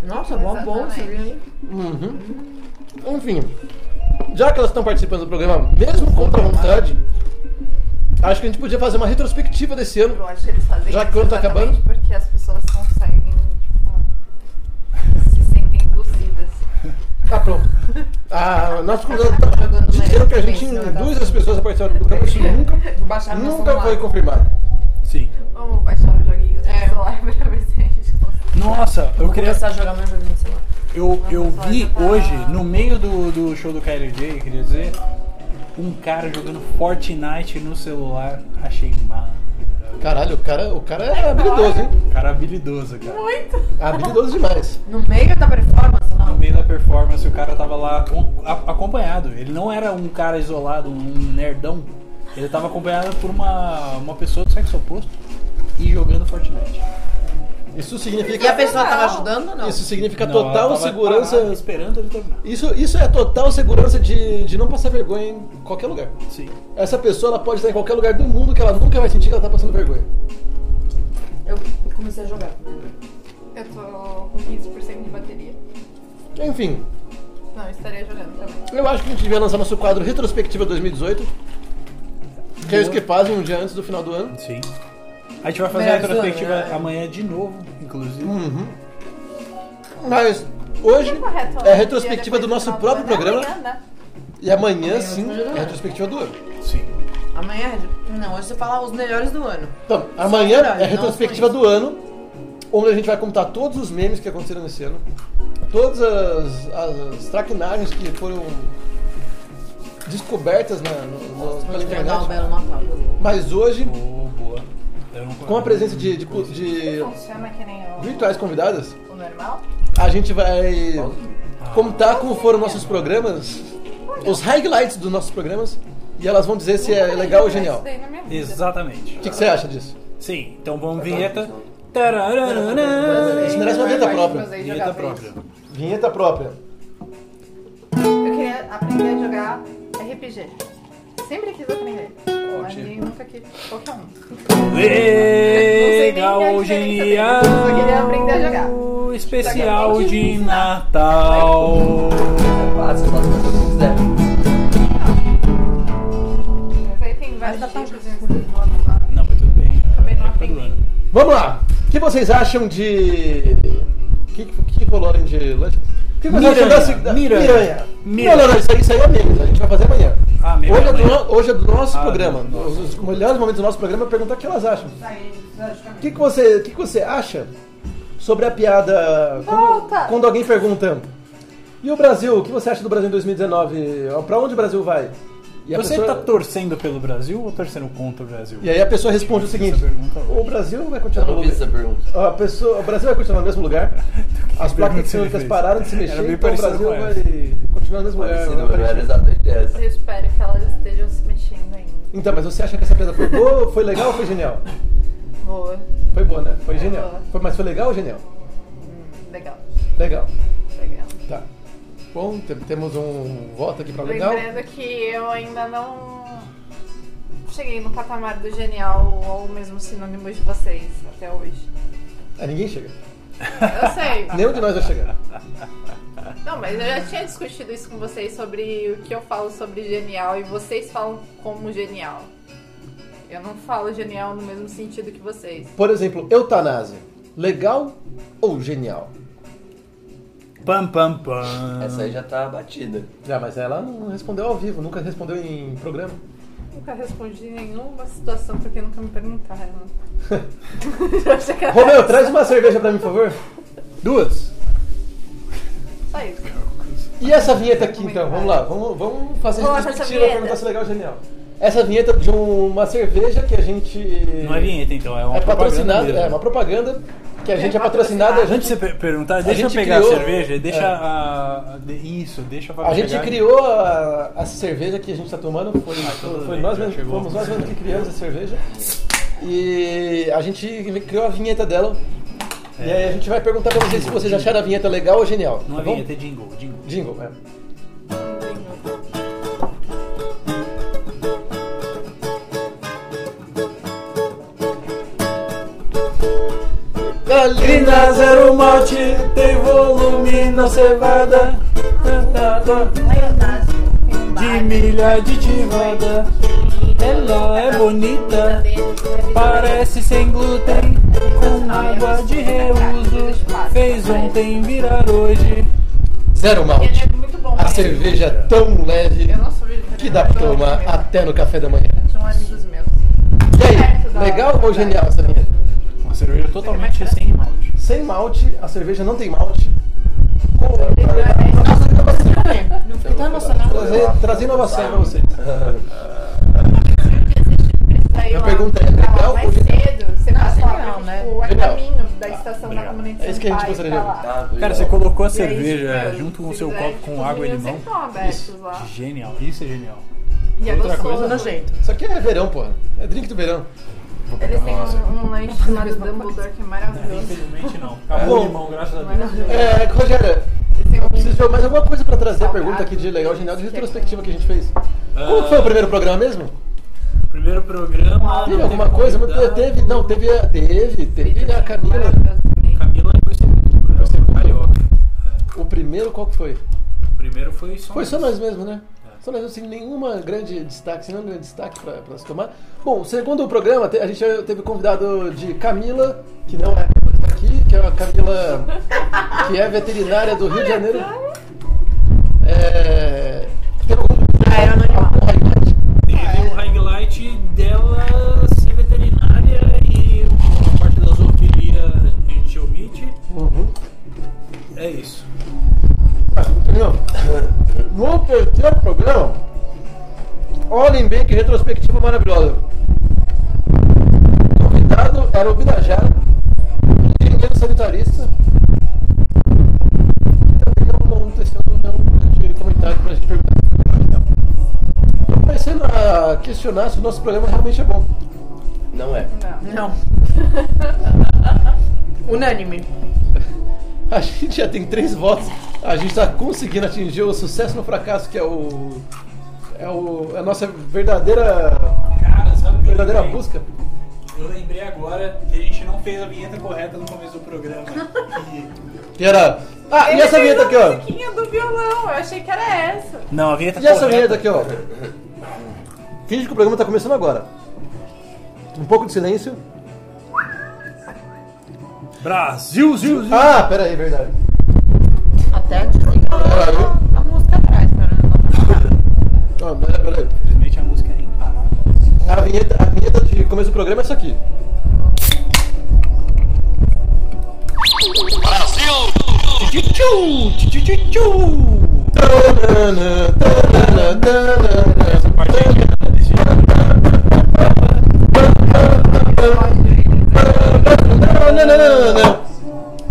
Nossa, bom bom, você viu aí? Enfim, já que elas estão participando do programa, mesmo contra a vontade, acho que a gente podia fazer uma retrospectiva desse ano. Eu acho que eles fazem Já que isso o ano tá exatamente acabando? Porque as pessoas conseguem, tipo, se sentem induzidas. Tá pronto. Ah, nós disseram que a gente induz as pessoas a participar do programa, isso nunca, Vou Tá baixar meu nunca celular. foi confirmado. Sim. Vamos baixar o joguinho do É. celular pra ver se a gente consegue. Nossa, eu Vou queria. começar a jogar meu joguinho no celular. Eu, eu vi hoje, no meio do, do show do KLJ, eu queria dizer, um cara jogando Fortnite no celular. Achei maravilhoso. Caralho, o cara, o cara é habilidoso, hein? Cara habilidoso, cara. Muito! Ah, Habilidoso demais. No meio da performance, No não. meio da performance, o cara tava lá com- a- acompanhado. Ele não era um cara isolado, um nerdão. Ele tava acompanhado por uma, uma pessoa do sexo oposto e jogando Fortnite. Isso E a significa, pessoa tava ajudando ou não? isso significa Não, ela total tava parada, segurança. Esperando ele terminar. Isso, isso é total segurança de, de não passar vergonha em qualquer lugar. Sim. Essa pessoa ela pode estar em qualquer lugar do mundo que ela nunca vai sentir que ela tá passando vergonha. Eu comecei a jogar. Eu tô com 15% de bateria. Enfim, Não, eu estaria jogando também. eu acho que a gente devia lançar nosso quadro Retrospectiva 2018. Que é isso que fazem um dia antes do final do ano. Sim. A gente vai fazer a Melhor dos retrospectiva anos, né? amanhã de novo, inclusive. Hum. Mas hoje Correto. né? é a retrospectiva do nosso próprio programa. Amanhã, né? E amanhã sim é a retrospectiva do ano. Sim. Amanhã é. de- Não, hoje você fala os melhores do ano. Então, amanhã verdade, é a retrospectiva não do ano, onde a gente vai contar todos os memes que aconteceram nesse ano, todas as, as traquinagens que foram descobertas na, no- no- pela Vou te entregar um internet. belo Natal. Mas hoje, Ô, boa. Eu não- com a presença de, de, de Funciona que nem o, virtuais convidadas, o normal? a gente vai contar como foram nossos programas, os highlights dos nossos programas, e elas vão dizer se é legal ou genial. Isso daí na minha vida. Exatamente. O que, que você acha disso? Sim, então Tá vamos vinheta. Tarararana. Isso merece uma vinheta própria. Vinheta própria. Vinheta própria. Eu queria aprender a jogar RPG. Sempre quis aprender. Mas ninguém nunca quis. Qualquer um. Legal, Não sei nem a genial. diferença deles, eu só queria aprender a jogar. Especial de Natal. Quase, quase, quase, quase. Mas tá aí tem vários Mas dá pra tipos de né? bônus lá. Não, mas tudo bem. Também não é época do aprendi. ano. Vamos lá! O que vocês acham de. O que, que rolou além de lanche? O que vocês Miranha, acham da ci- da Miranha, Miranha. Miranha. Não, não, não, isso aí, isso aí é memes, a gente vai fazer amanhã. Ah, meme hoje, é do, amanhã. no- hoje é do nosso Ah, programa. do nosso. Os, os melhores momentos do nosso programa é perguntar o que elas acham. O que, que, você, o que, que você acha sobre a piada quando, Volta! quando alguém pergunta? E o Brasil? O que você acha do Brasil em 2019? Pra onde o Brasil vai? E a Você pessoa- tá torcendo pelo Brasil ou torcendo contra o Brasil? E aí a pessoa responde o seguinte: Essa é pergunta O Brasil vai continuar Eu no não fiz lugar. essa pergunta. A pessoa, o Brasil vai continuar no mesmo lugar. As placas pergunta você me tectônicas fez? pararam de se Era mexer, bem então o parecido Brasil com vai continuar no mesmo lugar. Parecido, mas não era aparentemente. exatamente essa. Eu espero que elas estejam se mexendo ainda. Então, mas você acha que essa piada foi boa, ou foi legal ou foi genial? Boa. Foi boa, né? Foi genial. boa. Foi, mas foi legal ou genial? Legal. Legal. Legal. Tá. Bom, te- temos um voto aqui pra legal. Lembrando que eu ainda não cheguei no patamar do genial ou mesmo sinônimo de vocês até hoje. Ah, ninguém chega. Eu sei. Nenhum de nós vai chegar. Não, mas eu já tinha discutido isso com vocês sobre o que eu falo sobre genial e vocês falam como genial. Eu não falo genial no mesmo sentido que vocês. Por exemplo, eutanásia. Legal ou genial? Pam, pam, pam. Essa aí já tá batida. Já, mas ela não respondeu ao vivo, nunca respondeu em programa. Nunca respondi nenhuma situação porque nunca me perguntaram. Já chega- Romeu, traz uma cerveja pra mim, por favor. Duas. Só isso. E essa vinheta aqui, então? Vamos lá, vamos, vamos fazer Nossa, a essa retrospectiva vinheta. perguntar se legal ou genial. Essa vinheta de uma cerveja que a gente. Não é vinheta, então. É uma É propaganda. patrocinada, mesmo. é uma propaganda que a gente é, patrocinada. patrocinada. A gente, Antes de você per- perguntar, deixa eu gente pegar criou- a cerveja. Deixa é. a... a- de- Isso, deixa a Fábio a gente pegar. Ah, criou a, a cerveja que a gente está tomando, foi, tudo foi bem, nós já mesmos, chegou. fomos nós mesmos que criamos a cerveja. E a gente criou a vinheta dela. E aí a gente vai perguntar pra vocês se vocês acharam a vinheta legal ou genial. É. Não tá é bom? vinheta, é jingle. jingle. Jingle, é. Galinas era o malte, tem volume na cevada. Maionese. De milha aditivada, ela é bonita, parece sem glúten, com água de reuso. Fez ontem virar hoje. Zero Ele malte. é muito bom. A né? cerveja tão leve Eu não sou vegetariana. então que dá pra eu gosto tomar mesmo. até no café da manhã. São amigos um meus. E Perto aí, da- legal ou genial essa vinheta? Uma cerveja totalmente sem malte. Sem malte, a cerveja não tem malte. é Com- Nossa, eu não consegui comer. Não fiquei tão emocionado. Trazer, trazer inovação pra vocês. Daí Eu lá, perguntei, é pra lá legal mais ou genial? cedo, você passa lá, genial, porque, né? tipo, é Genial. caminho da estação da comunidade É isso que a gente Sampaio gostaria de ouvir. pra lá. Tá, Cara, legal. você colocou a E aí, cerveja tipo, junto com o se seu quiser, copo tipo, com os água e meninos limão. sempre tão Isso. abertos lá. Genial, isso é genial. E é Outra gostoso. né, coisa, Nojento. Isso aqui é verão, porra. É drink do verão. Eles têm um, um lanche chamado Dumbledore que é maravilhoso. Infelizmente não. Acabou Bom. de mão, graças a Deus. É, Rogério, Eles têm um preciso de mais alguma coisa pra trazer a pergunta aqui de legal, genial, de retrospectiva que a gente fez. Como que foi o primeiro programa mesmo? Primeiro programa. Teve não alguma coisa? Mas convidado. teve, não, teve, a- teve, teve a Camila. maravilhoso também. Camila foi segundo. né? Foi segundo. segundo. Carioca. O primeiro qual que foi? O primeiro foi só. Foi só nós mesmo, né? Só nós mesmo, sem nenhuma grande destaque, sem nenhum grande destaque pra, pra se tomar. Bom, segundo o programa, te- a gente teve convidado de Camila, que não é tá aqui, que é a Camila, que é veterinária do Rio de Janeiro. É. Tem algum. algum highlight? Ah, é. Teve um highlight dela ser veterinária e uma parte da zoofilia a gente omite. Uhum. É isso. Não. No terceiro programa, olhem bem que retrospectiva maravilhosa. O convidado era homenageado, engenheiro sanitarista. que Também não, não teceu nenhum comentário pra gente perguntar. Estou começando a questionar se o nosso programa realmente é bom. Não é. Não. Unânime. A gente já tem três votos. A gente está conseguindo atingir o sucesso no fracasso, que é o. É o, é a nossa verdadeira. Cara, sabe o que eu verdadeira lembrei? busca. Eu lembrei agora que a gente não fez a vinheta correta no começo do programa. Que era. Ah, e Ele essa fez vinheta a aqui, ó. musiquinha do violão, eu achei que era essa. Não, a vinheta E essa vinheta aqui, ó. Finge que o programa tá começando agora. Um pouco de silêncio. Brasil, Zil, Zil. Ah, pera aí, verdade. Até desligar Pera aí. a música atrás, pra não né? Ó, pera aí, pera aí. Simplesmente a música é imparável. A vinheta, a vinheta de começo do programa é essa aqui. Tanana, tanana, tanana. Tanana.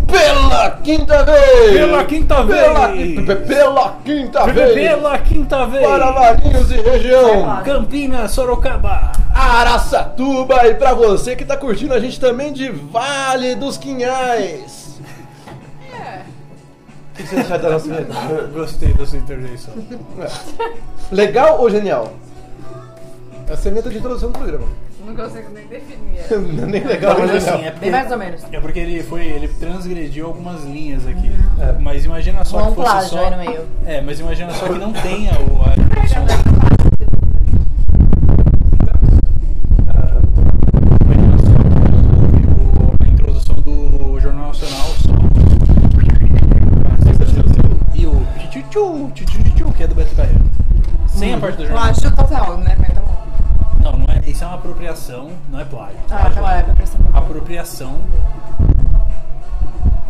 Pela quinta vez! Pela quinta vez! Pela, quin- pela quinta vez! Pela quinta vez. Para Varinhos e região! Campinas, Sorocaba. Araçatuba e pra você que tá curtindo a gente também de Vale dos Quinhais. É. O que você acha da nossa vinheta? Gostei da sua intervenção. Legal ou genial? Essa é a vinheta de introdução do programa. Não consigo nem definir. Nem legal, nem genial. é porque, Bem mais ou menos. é porque ele foi, ele transgrediu algumas linhas aqui. Uhum. Mas imagina só Bom que fosse plágio só. aí no meio. É, mas imagina só que não tenha o a introdução. Imagina só o- a introdução do Jornal Nacional só. E o tchu-tchu-tchu, tchu-tchu-tchu, que é do Beto Carreiro. Sem a parte do jornal. Plágio total, né? Mas tá bom. Não, não é, isso é uma apropriação, não é plágio. Ah, tá lá, é pra prestar atenção. Apropriação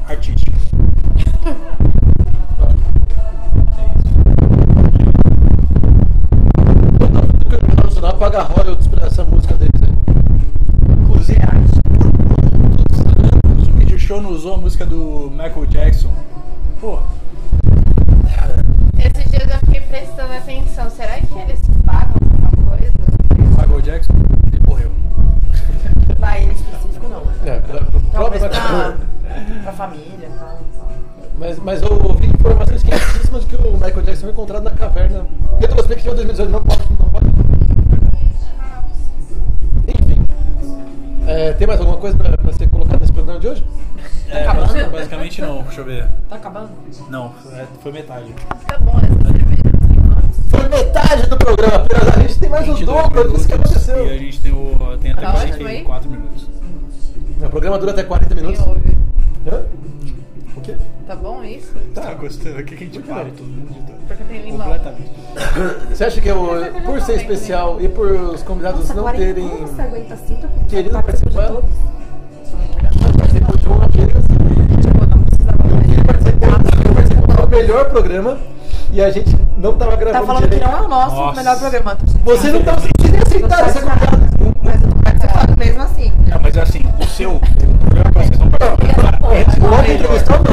artística. O Jornal Nacional paga royalties pra essa música deles aí. Inclusive, o vídeo show não usou a música do Michael Jackson. Pô, Esses dias eu fiquei prestando atenção. Será que eles pagam alguma coisa? Michael Jackson, ele morreu. Vai, em específico não, né? É, pra- pro próprio Talvez Beto pra, Carreiro. pra família e tal. mas, mas eu ouvi informações quentíssimas de que o Michael Jackson foi encontrado na caverna. Retrospectiva 2018, não pode, não pode. Enfim. É, tem mais alguma coisa pra, pra ser colocada nesse programa de hoje? Tá É, acabando? basic- basicamente não, deixa eu ver. Tá acabando? Não, é, foi metade. Tá bom, essa cerveja. Foi metade do programa, apenas a gente tem mais o 22 dobro disso que minutos, aconteceu. E a gente tem, o, tem até Tá ótimo, hein? 44 minutos. O programa dura até 40 minutos. Quem ouve? Hã? O quê? Tá bom isso? Tá gostando? O que a gente para todo mundo de tudo? Porque tem limão. Completamente. Você acha que eu, por ser especial e por os convidados não terem aguenta cinco? querido participar, Tá participou de um apenas, Tipo, um não precisava mais. participou- participou do melhor programa e a gente não tava gravando Tá falando que direito. não é o nosso Nossa. melhor programa. Você não tava você É, nem aceitaram essa convidada. Mas eu tô participando mesmo assim. Não, mas assim, o seu, o programa que vocês estão O participando homem entrevistado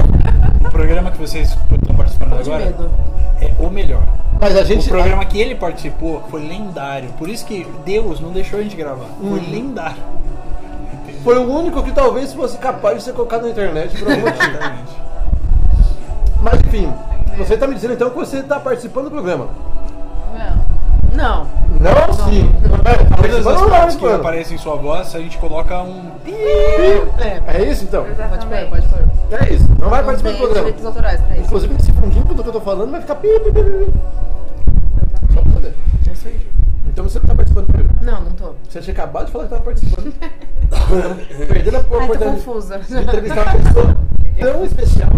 não. o programa que vocês estão participando agora medo. é o melhor. Mas a gente. O programa Hum. que ele participou foi lendário. Por isso que Deus não deixou a gente gravar. Foi lendário. Foi o único que talvez fosse capaz de ser colocado na internet por algum motivo. Mas enfim, você está me dizendo então que você está participando do programa. Não. Não. Não, sim. Todas as Participando partes não, que mano. aparecem em sua voz, a gente coloca um. É, É isso então? pode pôr, Exatamente. pode pôr. É isso. Não vai Não participar do tem programa. direitos autorais pra isso. Inclusive esse fundinho do que eu tô falando vai ficar pi, pi, pi, pi, pi. Só pra poder. É isso aí. Então você não tá participando do programa. Não, não tô. Você tinha acabado de falar que tava participando. Perdendo a Ai, tô oportunidade confusa. de entrevistar uma pessoa tão especial.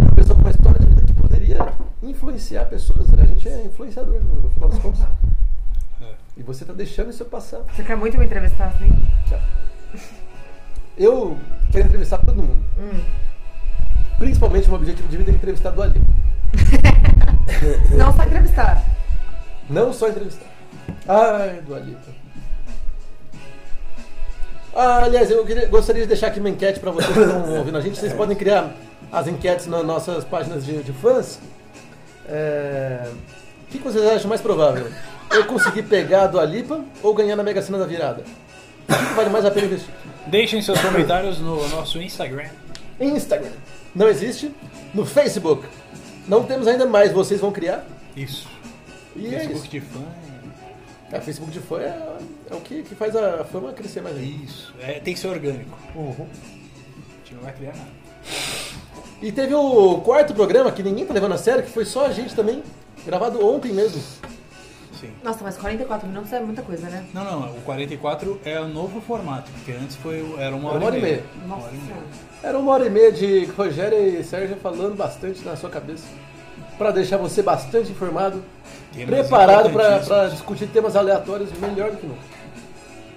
Uma pessoa com uma história de vida que poderia influenciar pessoas. A gente é influenciador, no final das contas. E você tá deixando isso passar. Você quer muito me entrevistar assim? Eu quero entrevistar todo mundo. Principalmente o meu objetivo de vida é entrevistar do Ali. Não só entrevistar. Não só entrevistar. Ai, Dualita. Ah, aliás, eu queria- gostaria de deixar aqui uma enquete pra vocês que estão ouvindo a gente. Vocês podem criar as enquetes nas nossas páginas de, de fãs. É, O que que vocês acham mais provável? Eu conseguir pegar a Dualipa ou ganhar na Mega Sena da virada? O que que vale mais a pena investir? Deixem seus comentários no nosso Instagram. Instagram. Não existe. No Facebook. Não temos ainda mais. Vocês vão criar. Isso. E é Facebook isso. de fã. É, Facebook de fã é, é o que, que faz a fama crescer mais é ainda. Isso. É, tem que ser orgânico. Uhum. A gente não vai criar nada. E teve o quarto programa que ninguém tá levando a sério, que foi só a gente também, gravado ontem mesmo. Sim. Nossa, mas 44 minutos é muita coisa, né? Não, não. O 44 é o novo formato, porque antes foi, o- era uma Era É uma hora hora, e e meia. meia. Uma Nossa hora e meia. senhora. Era uma hora e meia de Rogério e Sérgio falando bastante na sua cabeça, Pra deixar você bastante informado, Temas preparado pra- pra importantíssimos. discutir temas aleatórios melhor do que nunca.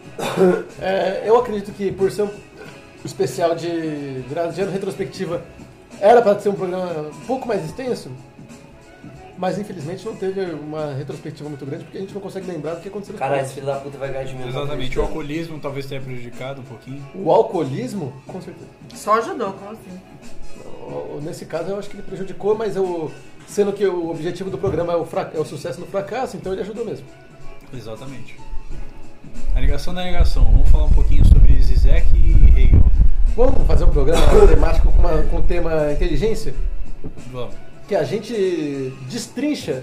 É, eu acredito que por ser um especial de virada de ano retrospectiva, era pra ser um programa um pouco mais extenso, mas infelizmente não teve uma retrospectiva muito grande, porque a gente não consegue lembrar do que aconteceu. nos Caralho, esse programas. filho da puta vai ganhar de mim. Exatamente. O alcoolismo talvez tenha prejudicado um pouquinho. O alcoolismo, com certeza. Só ajudou, como assim? O- o- Nesse caso, eu acho que ele prejudicou, mas eu, sendo que o objetivo do programa é o, fra- é o sucesso no fracasso, então ele ajudou mesmo. Exatamente. A negação da negação. Vamos falar um pouquinho sobre Zizek e Hegel. Vamos fazer um programa temático com, uma- com o tema inteligência, Vamos. que a gente destrincha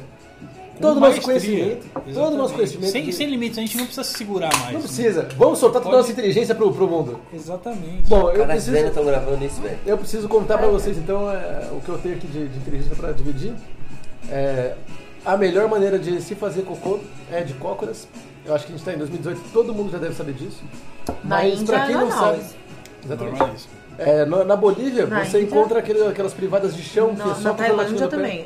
todo o Com nosso maestria. conhecimento. Todo o nosso Exatamente. conhecimento. Sem, de- sem limites, a gente não precisa se segurar mais. Não precisa. Vamos soltar toda a Pode- nossa inteligência pro, pro mundo. Exatamente. Bom, eu Caralho, esses velhos preciso, estão gravando isso, velho. eu preciso contar pra vocês, então, é, o que eu tenho aqui de, de inteligência pra dividir. É, a melhor maneira de se fazer cocô é de cócoras. Eu acho que a gente tá em 2018, todo mundo já deve saber disso. Mas Índia pra quem é não normal sabe. isso. Exatamente. Normalíssimo. É, na, na Bolívia, Na você Índia. encontra aquele- aquelas privadas de chão que é Na, só na com gelatina Tailândia no pé. também,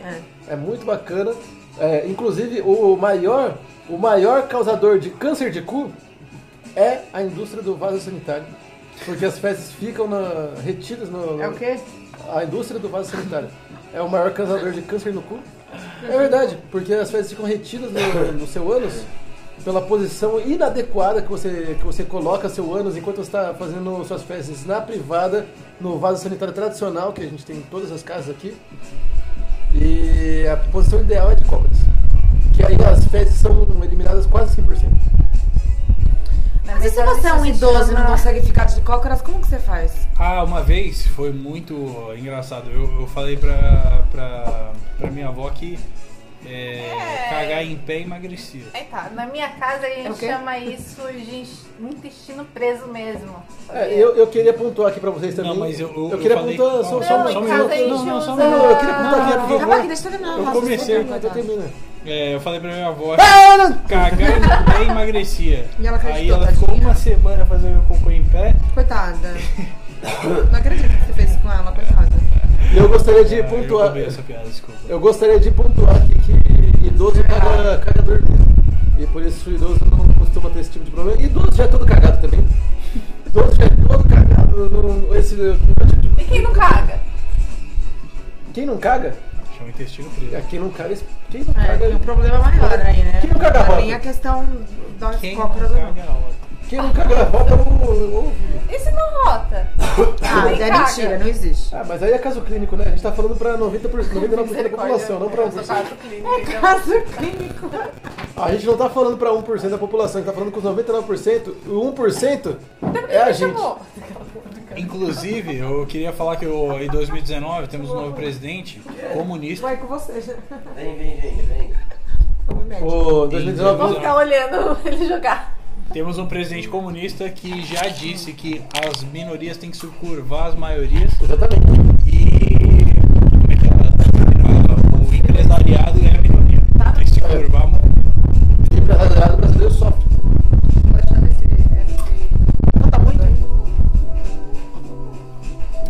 é. É muito bacana. É, inclusive, o maior, o maior causador de câncer de cu é a indústria do vaso sanitário. Porque as fezes ficam na- retidas no. É o quê? A indústria do vaso sanitário. É o maior causador de câncer no cu. É verdade, porque as fezes ficam retidas no, no seu ânus pela posição inadequada que você, que você coloca seu ânus enquanto você está fazendo suas fezes na privada, no vaso sanitário tradicional, que a gente tem em todas as casas aqui. E a posição ideal é de cobras. Que aí as fezes são eliminadas quase 100%. Mas e se você é um idoso e não consegue ficar de cócoras, como que você faz? Ah, uma vez foi muito engraçado. Eu, eu falei pra, pra, pra minha avó que é, É. cagar em pé emagrecia. Aí tá, na minha casa a É o gente quê? chama isso de in- um intestino preso mesmo. É, eu, eu queria pontuar aqui pra vocês também. Não, mas eu- eu- queria eu falei- pontuar só, só, Não, um- em só um casa minuto. a gente Não, não, usa- só um minuto. Eu queria pontuar aqui, por Calma aqui, favor. deixa eu terminar. Eu Rafa, comecei, né? você Mas eu termino. É, eu falei pra minha avó Ah, que cagar em pé emagrecia. E ela acreditou, Aí ela ficou tadinha. uma semana fazendo cocô em pé. Coitada. não acredito que você fez com ela, coitada. Eu gostaria de Ah, Eu pontuar. roubei essa piada, desculpa. Eu gostaria de pontuar aqui que idoso caga, caga dormindo. E por isso o idoso não costuma ter esse tipo de problema. Idoso já é todo cagado também. Idoso já é todo cagado. não- Esse, não é tipo de- E quem não caga? quem não caga? Chama intestino preso. É quem não caga. Quem não É, caga, tem um problema maior aí, né? Quem não caga Pra roda? mim, a questão das Quem cócoras ou não. caga, ó. quem não caga na volta é o. o- E se não rota? Ah, mas é caga. mentira, não existe. Ah, mas aí é caso clínico, né? A gente tá falando pra 90%, 99% da Misericórdia. população, não pra Eu sou 1%. caso clínico, então. Caso clínico. Então A gente não tá falando pra 1% da população, a gente tá falando com os 99%. O 1% É a gente. Inclusive, eu queria falar que o- em 2019 temos um novo presidente comunista. Vai com você, já. Vem, vem, vem, vem. Como médico. Ô, Vamos 2019. ficar olhando ele jogar. Temos um presidente comunista que já disse que as minorias têm que se curvar às maiorias Exatamente. e como é que é? o empresariado é a minoria. Tem que se curvar à maioria. O empresariado brasileiro sofre. Tô achando esse. esse... Tá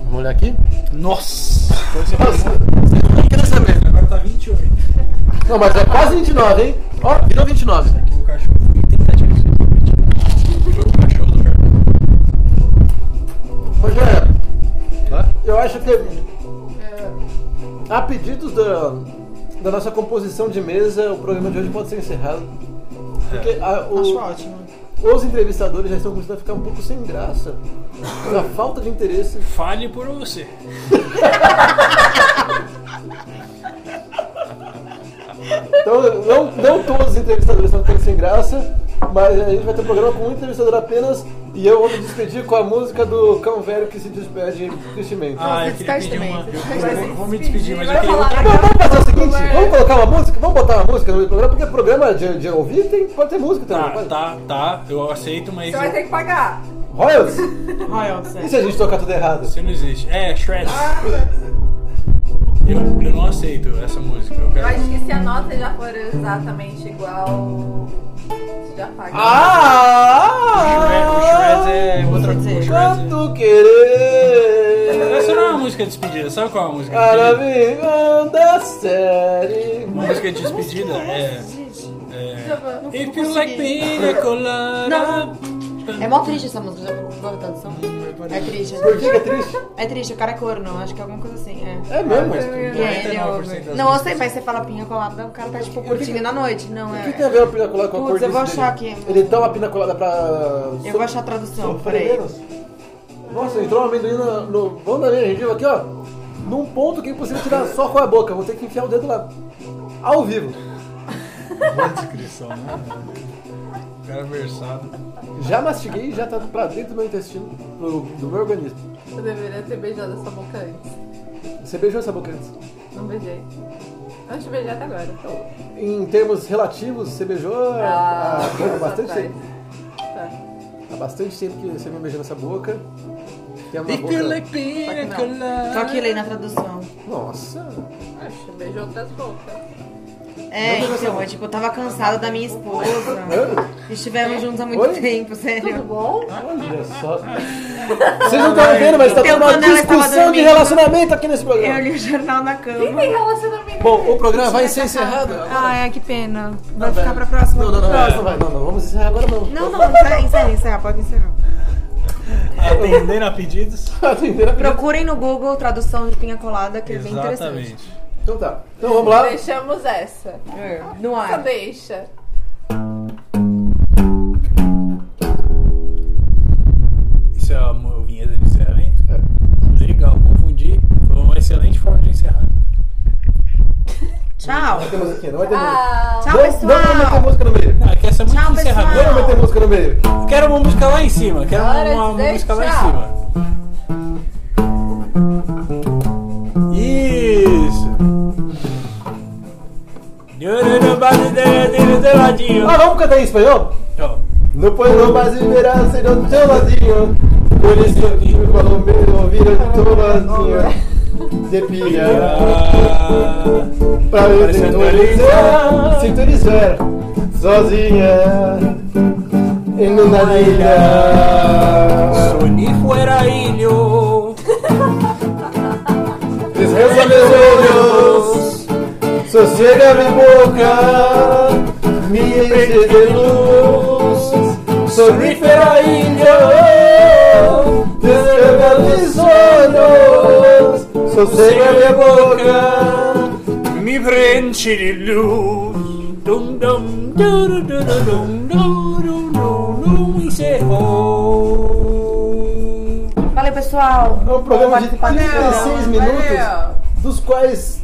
Vamos olhar aqui? Nossa! Coisa Nossa, boa. vocês não vão querer saber. Agora Então, tá 28. Não, mas é quase 29, hein? Ó, virou 29. O cachorro foi tentativa de suicídio. Foi o cachorro do Fernando. Rogério, é. eu acho que é, a pedidos da, da nossa composição de mesa, o programa de hoje pode ser encerrado. Porque a- o- Acho ótimo. os entrevistadores já estão começando a ficar um pouco sem graça. Pela falta de interesse. Fale por você. Então, não, não todos os entrevistadores estão ficando sem graça, mas a gente vai ter um programa com um entrevistador apenas. E eu vou me despedir com a música do cão velho que se despede tristemente. Ah, eu queria despede pedir também. uma. Eu, Vai se vou- vou me despedir, mas eu vai queria falar. outra Não, vamos fazer o seguinte, vamos colocar uma música, vamos botar uma música no programa, porque programa de, de ouvir tem, pode ter música também. Tá, pode. tá, tá, eu aceito, mas Você vai ter que pagar. Royals? Royal, E é. sério. se a gente tocar tudo errado? você não existe. É, Shrek. Eu, eu não aceito essa música. Eu Eu quero. acho que se a nota já for exatamente igual. Já paga. O Ah! Shrek é outra coisa. O Shrek Quanto é... Essa não é querer uma música de despedida, sabe qual é a música? de Para despedida? me mandar série Uma música de despedida é. é... If you like pina colada. É mó triste essa música, já procurou a tradução? É triste. Por que que é triste? É triste, o cara é corno, acho que é alguma coisa assim, é. É mesmo, mas E aí ele 99% das ouve. Não, eu músicas. sei, mas você fala pinha colada, o cara tá tipo curtindo na noite, não o é? que tem a ver a pina colada com a Putz, cor eu vou desse achar dele? aqui. Ele dá uma pina colada pra... Eu so- vou achar a tradução, sofrer peraí. menos? Nossa, entrou um amendoim no, no vão da minha gengiva aqui, ó. Num ponto que é impossível tirar só com a boca. Vou ter que enfiar o dedo lá. Ao vivo. Boa descrição, né? O cara é versado. Já mastiguei e já tá pra dentro do meu intestino, pro- do meu organismo. Eu deveria ter beijado essa boca antes. Você beijou essa boca antes? Não beijei. Não te beijei até agora. Então, Em termos relativos, você beijou Ah, há- há, bastante rapaz. tempo. Tá. Há bastante tempo que você me beijou nessa boca. Tem uma If you boca... like pina Só que colada. Só que lei na tradução. Nossa. Acho, beijou outras bocas. É, então, é tipo, eu tava cansada da minha esposa. Olha, Estivemos juntos há muito Oi? tempo, sério. bom? olha só. Vocês não estão vendo, mas tá Então, tendo uma quando ela tava discussão de dormindo- É. relacionamento aqui nesse Eu programa. li o jornal na Quem cama. tem relacionamento? Bom, o programa vai ser encerrado. Ah, é, que pena. Vai Vai ficar pra próxima. Tá Não, não, não, não, não, vai, não, não, vamos encerrar agora não. Não, não, encerra, encerra, encerra, pode encerrar. Atendendo a pedidos. Atender Tá a primeira- Procurem no Google tradução de pinha colada, que é bem interessante. Exatamente. Então tá. Então vamos lá. Deixamos essa. É, No Essa ar. deixa. Isso é a mo- vinheta de encerramento? Legal, confundi. Foi uma excelente forma de encerrar. Tchau. Não vai ter música, não vai ter música. Ah, Tchau, Não, não, não vai ter pessoal. música no meio. Não, é que essa é muito Tchau, encerramento. Não vai ter música no meio. Eu Quero uma música lá em cima. Quero Hora uma, de uma música lá deixar. em cima. Isso. Ah, vamos cantar em espanhol? Tchau. No pueblo más liberado será un tomadillo. Por eso digo colombiano, vira tomadillo. De pillar. Ah, Pra me Parece sintonizar, sintonizar sozinha em uma ilha. Sony fuera ilho. Descansa meus olhos, sossega minha boca, me enche de luz. Sonífera ilha, descansa meus olhos, sossega minha boca. Mi frente de luz. Dum, dum, dum, dum, dum, dum, dum, dum, dum, encerrou. Valeu, pessoal. É um programa de Valeu. 36 minutos, Valeu. dos quais